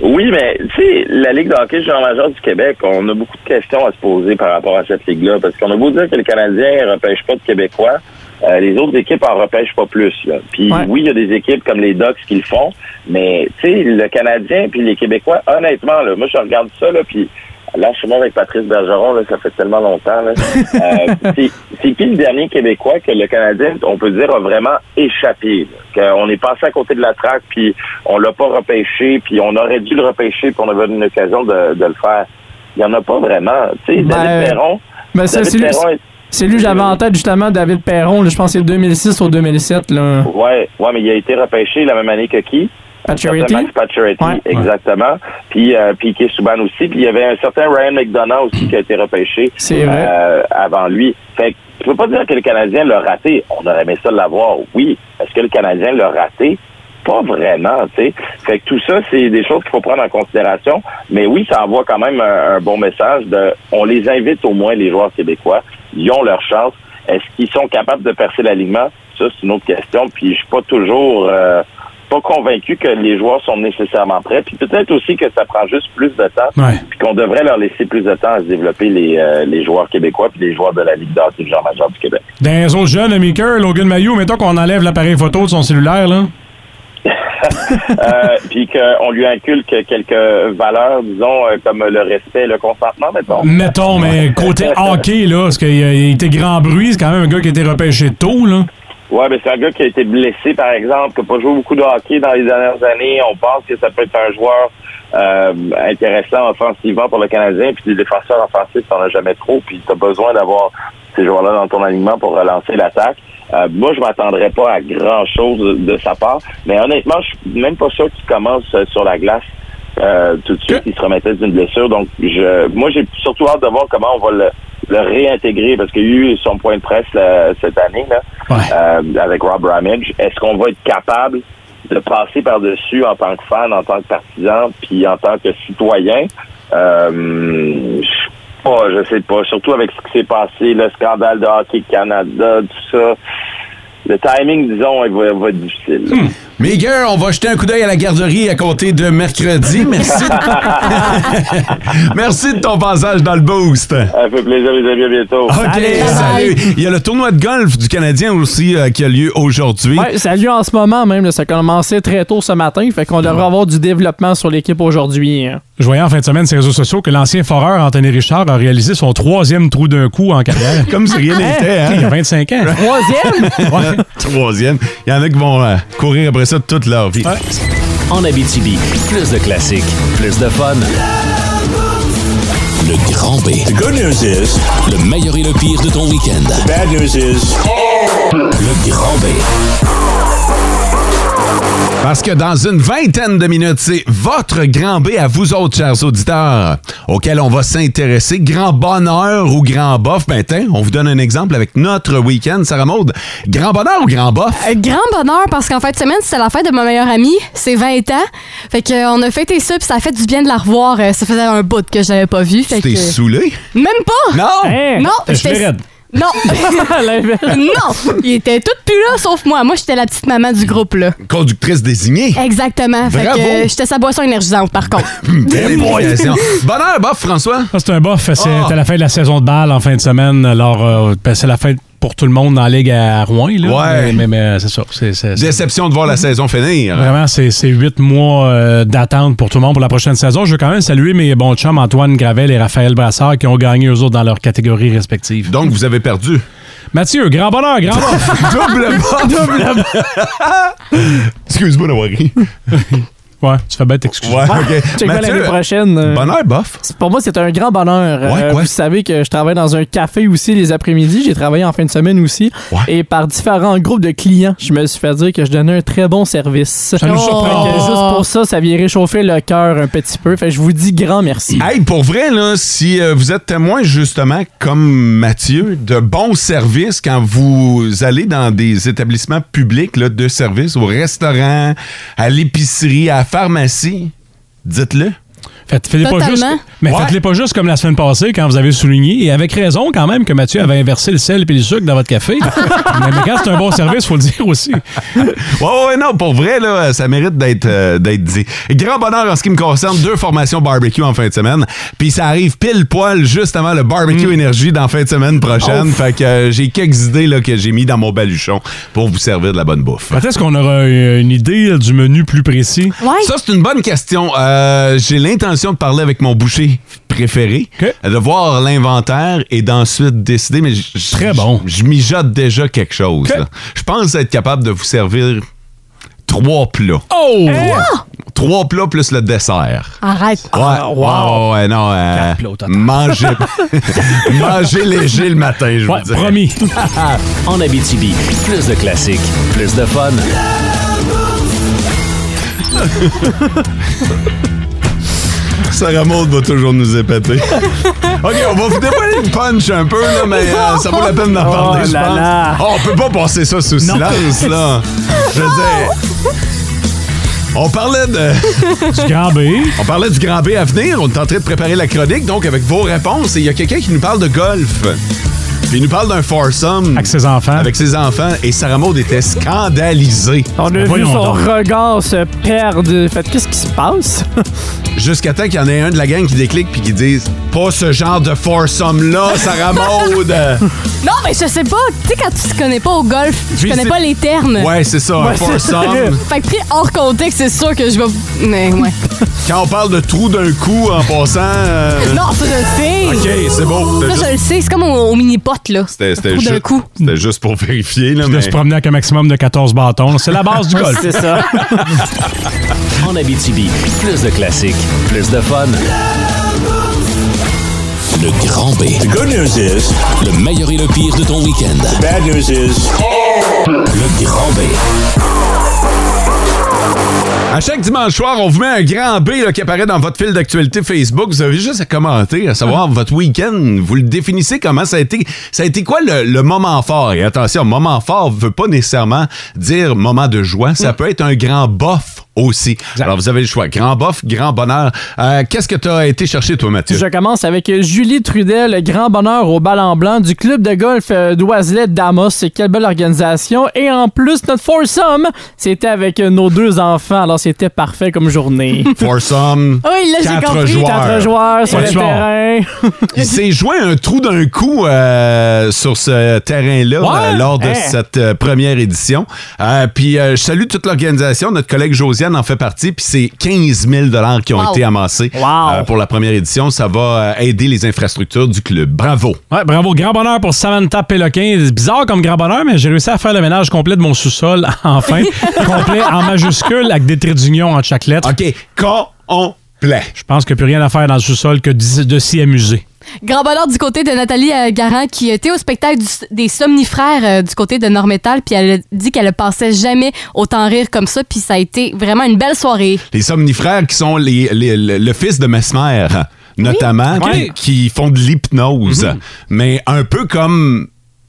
L: Oui, mais tu sais, la Ligue de hockey junior major du Québec, on a beaucoup de questions à se poser par rapport à cette ligue-là, parce qu'on a beau dire que les Canadiens ne repêchent pas de Québécois, euh, les autres équipes en repêchent pas plus. là. Puis oui, il y a des équipes comme les Ducks qui le font, mais tu sais, le Canadien puis les Québécois, honnêtement, là, moi je regarde ça, là, puis là, je suis mort avec Patrice Bergeron, là, ça fait tellement longtemps. là. Euh, c'est c'est qui le dernier Québécois que le Canadien, on peut dire, a vraiment échappé. là? Qu'on est passé à côté de la traque, puis on l'a pas repêché, puis on aurait dû le repêcher, puis on avait une occasion de, de le faire. Il n'y en a pas vraiment. Tu sais,
F: Ben,
L: David Perron.
F: Mais ça,
L: David
F: c'est lui,
L: Perron est-
F: c'est lui que j'avais en tête justement, David Perron. là, je pense que c'est 2006 ou 2007. Là.
L: Ouais, ouais, mais il a été repêché la même année que qui?
F: Pacioretty?
L: Max Pacioretty, exactement. Puis euh, Piqué Souban aussi. Puis il y avait un certain Ryan McDonough aussi qui a été repêché
F: C'est vrai.
L: euh, avant lui. Fait que je peux pas dire que le Canadien l'a raté. On aurait aimé ça l'avoir, oui. Est-ce que le Canadien l'a raté? Pas vraiment, tu sais. Fait que tout ça, c'est des choses qu'il faut prendre en considération. Mais oui, ça envoie quand même un, un bon message de on les invite au moins les joueurs québécois. Ils ont leur chance. Est-ce qu'ils sont capables de percer l'alignement? Ça, c'est une autre question. Puis je suis pas toujours euh, pas convaincu que les joueurs sont nécessairement prêts. Puis peut-être aussi que ça prend juste plus de temps. Puis qu'on devrait leur laisser plus de temps à se développer les, euh, les joueurs québécois puis les joueurs de la Ligue d'Hockey du major du Québec.
E: Dans les autres jeunes, Maker, Logan Mayou, mettons qu'on enlève l'appareil photo de son cellulaire, là.
L: Euh, puis qu'on lui inculque quelques valeurs, disons, euh, comme le respect, le consentement, mettons.
E: Mettons, mais côté hockey, là, parce qu'il a- il était grand bruit, c'est quand même un gars qui a été repêché tôt, là.
L: Ouais, mais c'est un gars qui a été blessé, par exemple, qui n'a pas joué beaucoup de hockey dans les dernières années. On pense que ça peut être un joueur euh, intéressant offensivement pour le Canadien, puis des défenseurs offensifs, t'en as jamais trop, puis t'as besoin d'avoir ces joueurs-là dans ton alignement pour relancer l'attaque. Euh, moi, je m'attendrais pas à grand-chose de- de sa part, mais honnêtement, je suis même pas sûr qu'il commence euh, sur la glace euh, tout de suite, il se remettait d'une blessure. Donc, je, moi, j'ai surtout hâte de voir comment on va le, le réintégrer parce qu'il y a eu son point de presse là, cette année là, euh, avec Rob Ramage. Est-ce qu'on va être capable de passer par-dessus en tant que fan, en tant que partisan, puis en tant que citoyen? Euh, je sais pas, je sais pas. Surtout avec ce qui s'est passé, le scandale de Hockey Canada, tout ça. Le timing, disons, il va, va être difficile. là.
M: Meager, on va jeter un coup d'œil à la garderie à compter de mercredi. Merci. Merci de ton passage dans le boost.
L: Ça fait plaisir, les amis, à bientôt.
M: OK, salut. Il y a le tournoi de golf du Canadien aussi euh, qui a lieu aujourd'hui.
F: Ouais, ça a lieu en ce moment même. là. Ça a commencé très tôt ce matin. Fait qu'on devrait avoir du développement sur l'équipe aujourd'hui. hein.
E: Je voyais en fin de semaine sur les réseaux sociaux que l'ancien foreur Anthony Richard a réalisé son troisième trou d'un coup en carrière.
M: Comme si rien n'était, hein?
E: Il y a 25 ans.
M: Troisième? Troisième. Il y en a qui vont euh, courir après ça toute leur vie.
B: En Abitibi, plus de classiques, plus de fun. Le grand B. The good news is... Le meilleur et le pire de ton week-end. bad news is... Le grand B.
M: Parce que dans une vingtaine de minutes, c'est votre grand B à vous autres, chers auditeurs, auquel on va s'intéresser. Grand bonheur ou grand bof, ben tiens, on vous donne un exemple avec notre week-end, Sarah Maud. Grand bonheur ou grand bof?
D: Euh, grand bonheur parce qu'en fin de semaine, c'était la fête de ma meilleure amie. C'est 20 ans. Fait que, euh, on a fêté ça, puis ça a fait du bien de la revoir. Euh, ça faisait un bout que je l'avais pas vue. Fait
M: Tu t'es
D: que-
M: saoulé?
D: Même pas!
M: Non!
D: Non!
M: T'as
D: j'étais-
M: cheveux raides.
D: Non! non! Ils étaient toutes plus là, sauf moi. Moi, j'étais la petite maman du groupe, là.
C: Conductrice désignée.
D: Exactement. Fait
C: Bravo.
D: que euh, j'étais sa boisson énergisante, par contre.
C: Belle imitation. Bonheur, bof, François.
E: Ça, c'est un bof. C'était
C: Ah.
E: la fin de la saison de balle en fin de semaine. Alors, euh, ben, c'est la fin pour tout le monde dans la Ligue à Rouen. Là.
C: Ouais.
E: Mais, mais- mais c'est ça. c'est- c'est- Mhm. c'est-
C: Déception de voir la saison finir.
E: Vraiment, c'est c'est huit mois euh, d'attente pour tout le monde pour la prochaine saison. Je veux quand même saluer mes bons chums Antoine Gravel et Raphaël Brassard qui ont gagné eux autres dans leurs catégories respectives.
C: Donc, vous avez perdu.
E: Mathieu, grand bonheur, grand bonheur.
C: Double bof.
E: Double
C: Excuse-moi d'avoir ri.
E: Ouais, tu fais bête, excuse
C: Ouais, ok.
F: Check bien
C: Mathieu,
F: l'année prochaine. euh,
C: Bonheur, bof.
F: c'est- Pour moi, c'est un grand bonheur. Euh,
C: Ouais, quoi?
F: vous savez que je travaille dans un café aussi les après-midi. J'ai travaillé en fin de semaine aussi. Et par différents groupes de clients, je me suis fait dire que je donnais un très bon service. Oh.
E: Ça nous
F: Fait
E: surprend.
F: que Juste pour ça, ça vient réchauffer le cœur un petit peu. Fait que je vous dis grand merci.
C: Hey, pour vrai, là, si euh, vous êtes témoin, justement, comme Mathieu, de bons services quand vous allez dans des établissements publics là, de services, au restaurant, à l'épicerie, à la pharmacie, dites-le.
E: Faites, faites pas
D: Totalement.
E: juste, mais
C: Ouais.
E: faites-les pas juste comme la semaine passée quand vous avez souligné, et avec raison quand même, que Mathieu avait inversé le sel et le sucre dans votre café. mais, mais quand c'est un bon service, faut le dire aussi.
C: Ouais, ouais, ouais, non, pour vrai, là, ça mérite d'être euh, d'être dit. Grand bonheur en ce qui me concerne, deux formations barbecue en fin de semaine. Puis ça arrive pile poil juste avant le barbecue
E: Mm.
C: énergie dans fin de semaine prochaine. Fait que euh, j'ai quelques idées là, que j'ai mis dans mon baluchon pour vous servir de la bonne bouffe.
E: Quand est-ce qu'on aura euh, une idée là, du menu plus précis?
C: Ça, c'est une bonne question. Euh, J'ai l'intention de parler avec mon boucher préféré, de voir l'inventaire et d'ensuite décider, mais j- j-
E: Très bon.
C: j- je mijote déjà quelque chose. là. Je pense être capable de vous servir trois plats.
E: Oh!
C: Trois plats plus le dessert.
D: Arrête.
E: Ah,
C: Ouais, wow, ouais, non, euh, mangez, mangez léger le matin, je vous dis.
E: promis.
B: en Abitibi, plus de classiques, plus de fun.
C: Sarah Maud va toujours nous épater. OK, on va vous dévoiler le punch un peu, là, mais euh, ça vaut la peine d'en
I: Oh
C: parler, je
I: là
C: pense.
I: là.
C: Oh, on peut pas passer ça sous
I: Non.
C: silence, là. Je veux dire... On parlait de...
E: Du Grand B.
C: On parlait du Grand B à venir. On est en train de préparer la chronique, donc avec vos réponses. Et il y a quelqu'un qui nous parle de golf. Puis il nous parle d'un foursome. Avec
E: ses enfants.
C: Avec ses enfants. Et Sarah Maud était scandalisée.
F: On a vu son regard se perdre. Fait qu'est-ce qui se passe?
C: Jusqu'à temps qu'il y en ait un de la gang qui déclique puis qui dise Pas ce genre de foursome-là, Sarah Maud!
D: Non, mais je sais pas. Tu sais, quand tu te connais pas au golf, tu
C: J'ai
D: connais
C: essayé-
D: pas les termes.
C: Ouais, c'est ça, un Ouais, c'est foursome. vrai.
D: Fait que pris hors contexte, c'est sûr que je vais. Mais ouais.
C: Quand on parle de trou d'un coup en passant. euh,
D: Non, ça, je le
C: Ok,
D: sais.
C: c'est bon.
D: Ça,
C: C'était
D: je le
C: juste-
D: sais. C'est comme au, au mini-pot, là.
C: C'était c'était
D: Trou d'un
C: juste,
D: coup.
C: c'était juste pour vérifier. Là,
E: Puis de
C: mais-
E: se promener avec un maximum de 14 bâtons. C'est la base du golf.
B: C'est ça. en Abitibi, plus de classiques, plus de fun. Le grand B. The good news is. Le meilleur et le pire de ton week-end. bad news is. Le grand B.
C: À chaque dimanche soir, on vous met un grand B là, qui apparaît dans votre fil d'actualité Facebook. Vous avez juste à commenter, à savoir
F: Ah.
C: votre week-end. Vous le définissez comment ça a été. Ça a été quoi le, le moment fort? Et attention, moment fort veut pas nécessairement dire moment de joie.
F: Mm.
C: Ça peut être un grand bof aussi. Alors, vous avez le choix. Grand bof, grand bonheur. Euh, Qu'est-ce que tu as été chercher, toi, Mathieu?
F: Je commence avec Julie Trudel, le grand bonheur au bal en blanc du club de golf euh, d'Oiselet d'Amos. Quelle belle organisation. Et en plus, notre foursome, c'était avec euh, nos deux enfants. Alors, c'était parfait comme journée.
C: Foursome.
F: Oui, là, j'ai
C: quatre
F: compris.
C: Joueurs.
F: Quatre joueurs sur
C: Pas
F: le
C: de joueurs.
F: terrain.
C: Il s'est joint un trou d'un coup euh, sur ce terrain-là
F: Ouais.
C: euh, lors de
F: Hey.
C: cette euh, première édition. Euh, puis euh, je salue toute l'organisation. Notre collègue Josiane en fait partie. Puis c'est 15 000 qui ont
E: Wow.
C: été amassés euh, pour la première édition. Ça va euh, aider les infrastructures du club. Bravo.
E: Ouais, bravo. Grand bonheur pour Samantha Péloquin. C'est Bizarre comme grand bonheur, mais j'ai réussi à faire le ménage complet de mon sous-sol, enfin. complet en majuscule avec des traits d'union en chaque lettre.
C: OK. Complet.
E: Je pense qu'il n'y a plus rien à faire dans le sous-sol que d'y- de s'y amuser.
D: Grand bonheur du côté de Nathalie euh, Garant qui était au spectacle du- des Somnifrères euh, du côté de Normétal puis elle a dit qu'elle ne pensait jamais autant rire comme ça puis ça a été vraiment une belle soirée.
C: Les somnifères qui sont les, les- le, le fils de Mesmer, notamment,
E: Ok. Mhm.
C: qui, qui font de l'hypnose. Mais un peu comme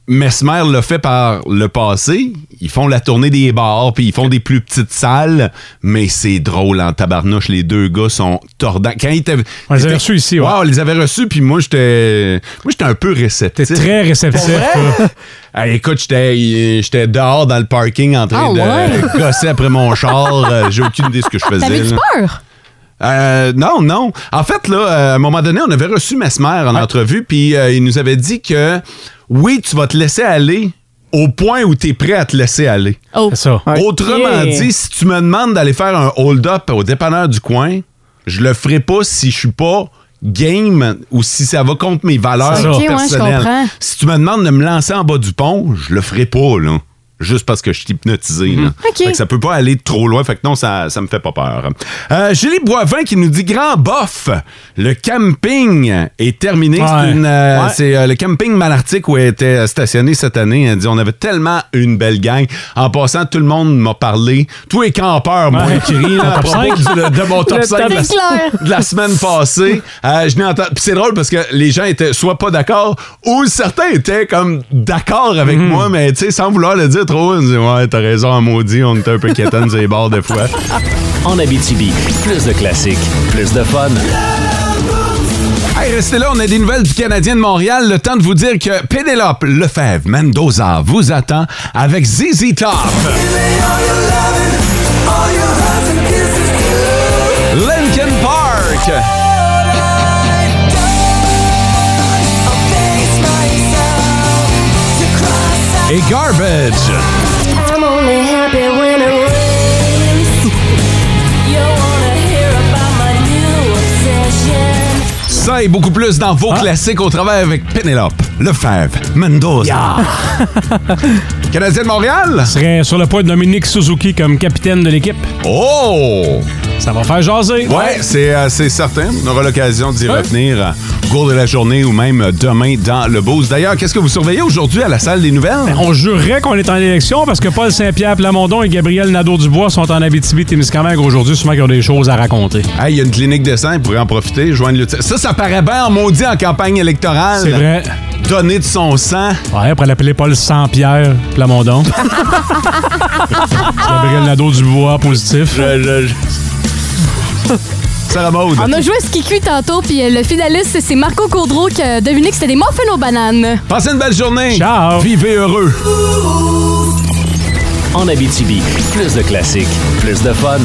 C: Mesmer l'a fait par le passé. Ils font la tournée des bars, puis ils font des plus petites salles, mais c'est drôle en tabarnouche. Les deux gars sont tordants. Quand ils t'avaient-
E: On les avait
C: t'étais-
E: reçus ici, ouais.
C: Ouais, on les avait reçus, puis moi, j'étais moi j'étais un peu réceptif.
E: T'es très réceptif, Pour vrai? toi.
C: Hey, écoute, j'étais j'étais dehors dans le parking en train
D: Ah,
C: de
D: ouais?
C: gosser après mon char. Euh, J'ai aucune idée de ce que je faisais.
D: T'avais-tu
C: là.
D: peur?
C: Euh, non, non. En fait, là, euh, à un moment donné, on avait reçu Mesmer en entrevue, puis euh, il nous avait dit que oui, tu vas te laisser aller au point où tu es prêt à te laisser aller.
D: Oh.
E: C'est ça.
C: Autrement dit, si tu me demandes d'aller faire un hold-up au dépanneur du coin, je le ferai pas si je suis pas game ou si ça va contre mes
D: C'est
C: valeurs
D: ça. Ok, ouais, je
C: personnelles.
D: comprends.
C: si tu me demandes de me lancer en bas du pont, je le ferai pas, là. Juste parce que je suis hypnotisé. là.
D: Ok.
C: Fait que ça peut pas aller trop loin. Fait que non, ça, ça me fait pas peur. Euh, Julie Boivin qui nous dit Grand bof, le camping est terminé.
E: Ouais.
C: C'est une, euh,
E: Ouais.
C: c'est euh, le camping Malartic où elle était stationnée cette année. Elle dit on avait tellement une belle gang. En passant, tout le monde m'a parlé. Tous les campeurs m'ont
E: Ouais.
C: écrit là, à
E: Ton top
C: propos
E: cinq?
C: du- de mon top
E: Le
C: 5
E: top
C: de la,
E: cinq. C'est
C: de la semaine passée. Euh, je n'ai entendu- puis c'est drôle parce que les gens étaient soit pas d'accord ou certains étaient comme d'accord avec moi, mais tu sais, sans vouloir le dire trop, on dit ouais, t'as raison, en maudit, on était un peu quétaine sur les bords des fois.
B: En Abitibi, plus de classiques, plus de fun.
C: Hey, restez là, on a des nouvelles du Canadien de Montréal. Le temps de vous dire que Pénélope Lefebvre Mendoza vous attend avec ZZ Top. Linkin Park. Et Garbage. Ça et beaucoup plus dans vos classiques au travail avec Pénélope Lefebvre Mendoza. Canadien de Montréal?
E: serait sur le point de Dominique Suzuki comme capitaine de l'équipe.
C: Oh!
E: Ça va faire jaser.
C: Ouais, c'est euh, c'est certain. On aura l'occasion d'y revenir euh, au cours de la journée ou même euh, demain dans le Beauce. D'ailleurs, qu'est-ce que vous surveillez aujourd'hui à la salle des nouvelles?
E: Ben, On jurerait qu'on est en élection parce que Paul Saint-Pierre Plamondon et Gabriel Nadeau-Dubois sont en Abitibi-Témiscamingue aujourd'hui, sûrement qu'ils ont des choses à raconter.
C: Hey, Il y a une clinique de sang, ils pourraient en profiter, joindre le... Ça, ça paraît bien en maudit en campagne électorale.
E: C'est vrai.
C: Donner de son sang.
E: Ouais, après l'appeler Paul Saint-Pierre Plamondon.
I: Ah,
C: Ah!
E: Gabriel Nadeau-Dubois, positif.
C: Sarah Maud.
D: On a joué à Skiku tantôt, puis euh, le finaliste, c'est- c'est Marco Caudreau qui a deviné que c'était des muffins aux bananes.
C: Passez une belle journée.
E: Ciao.
C: Vivez heureux.
B: En Abitibi, plus de classiques, plus de fun.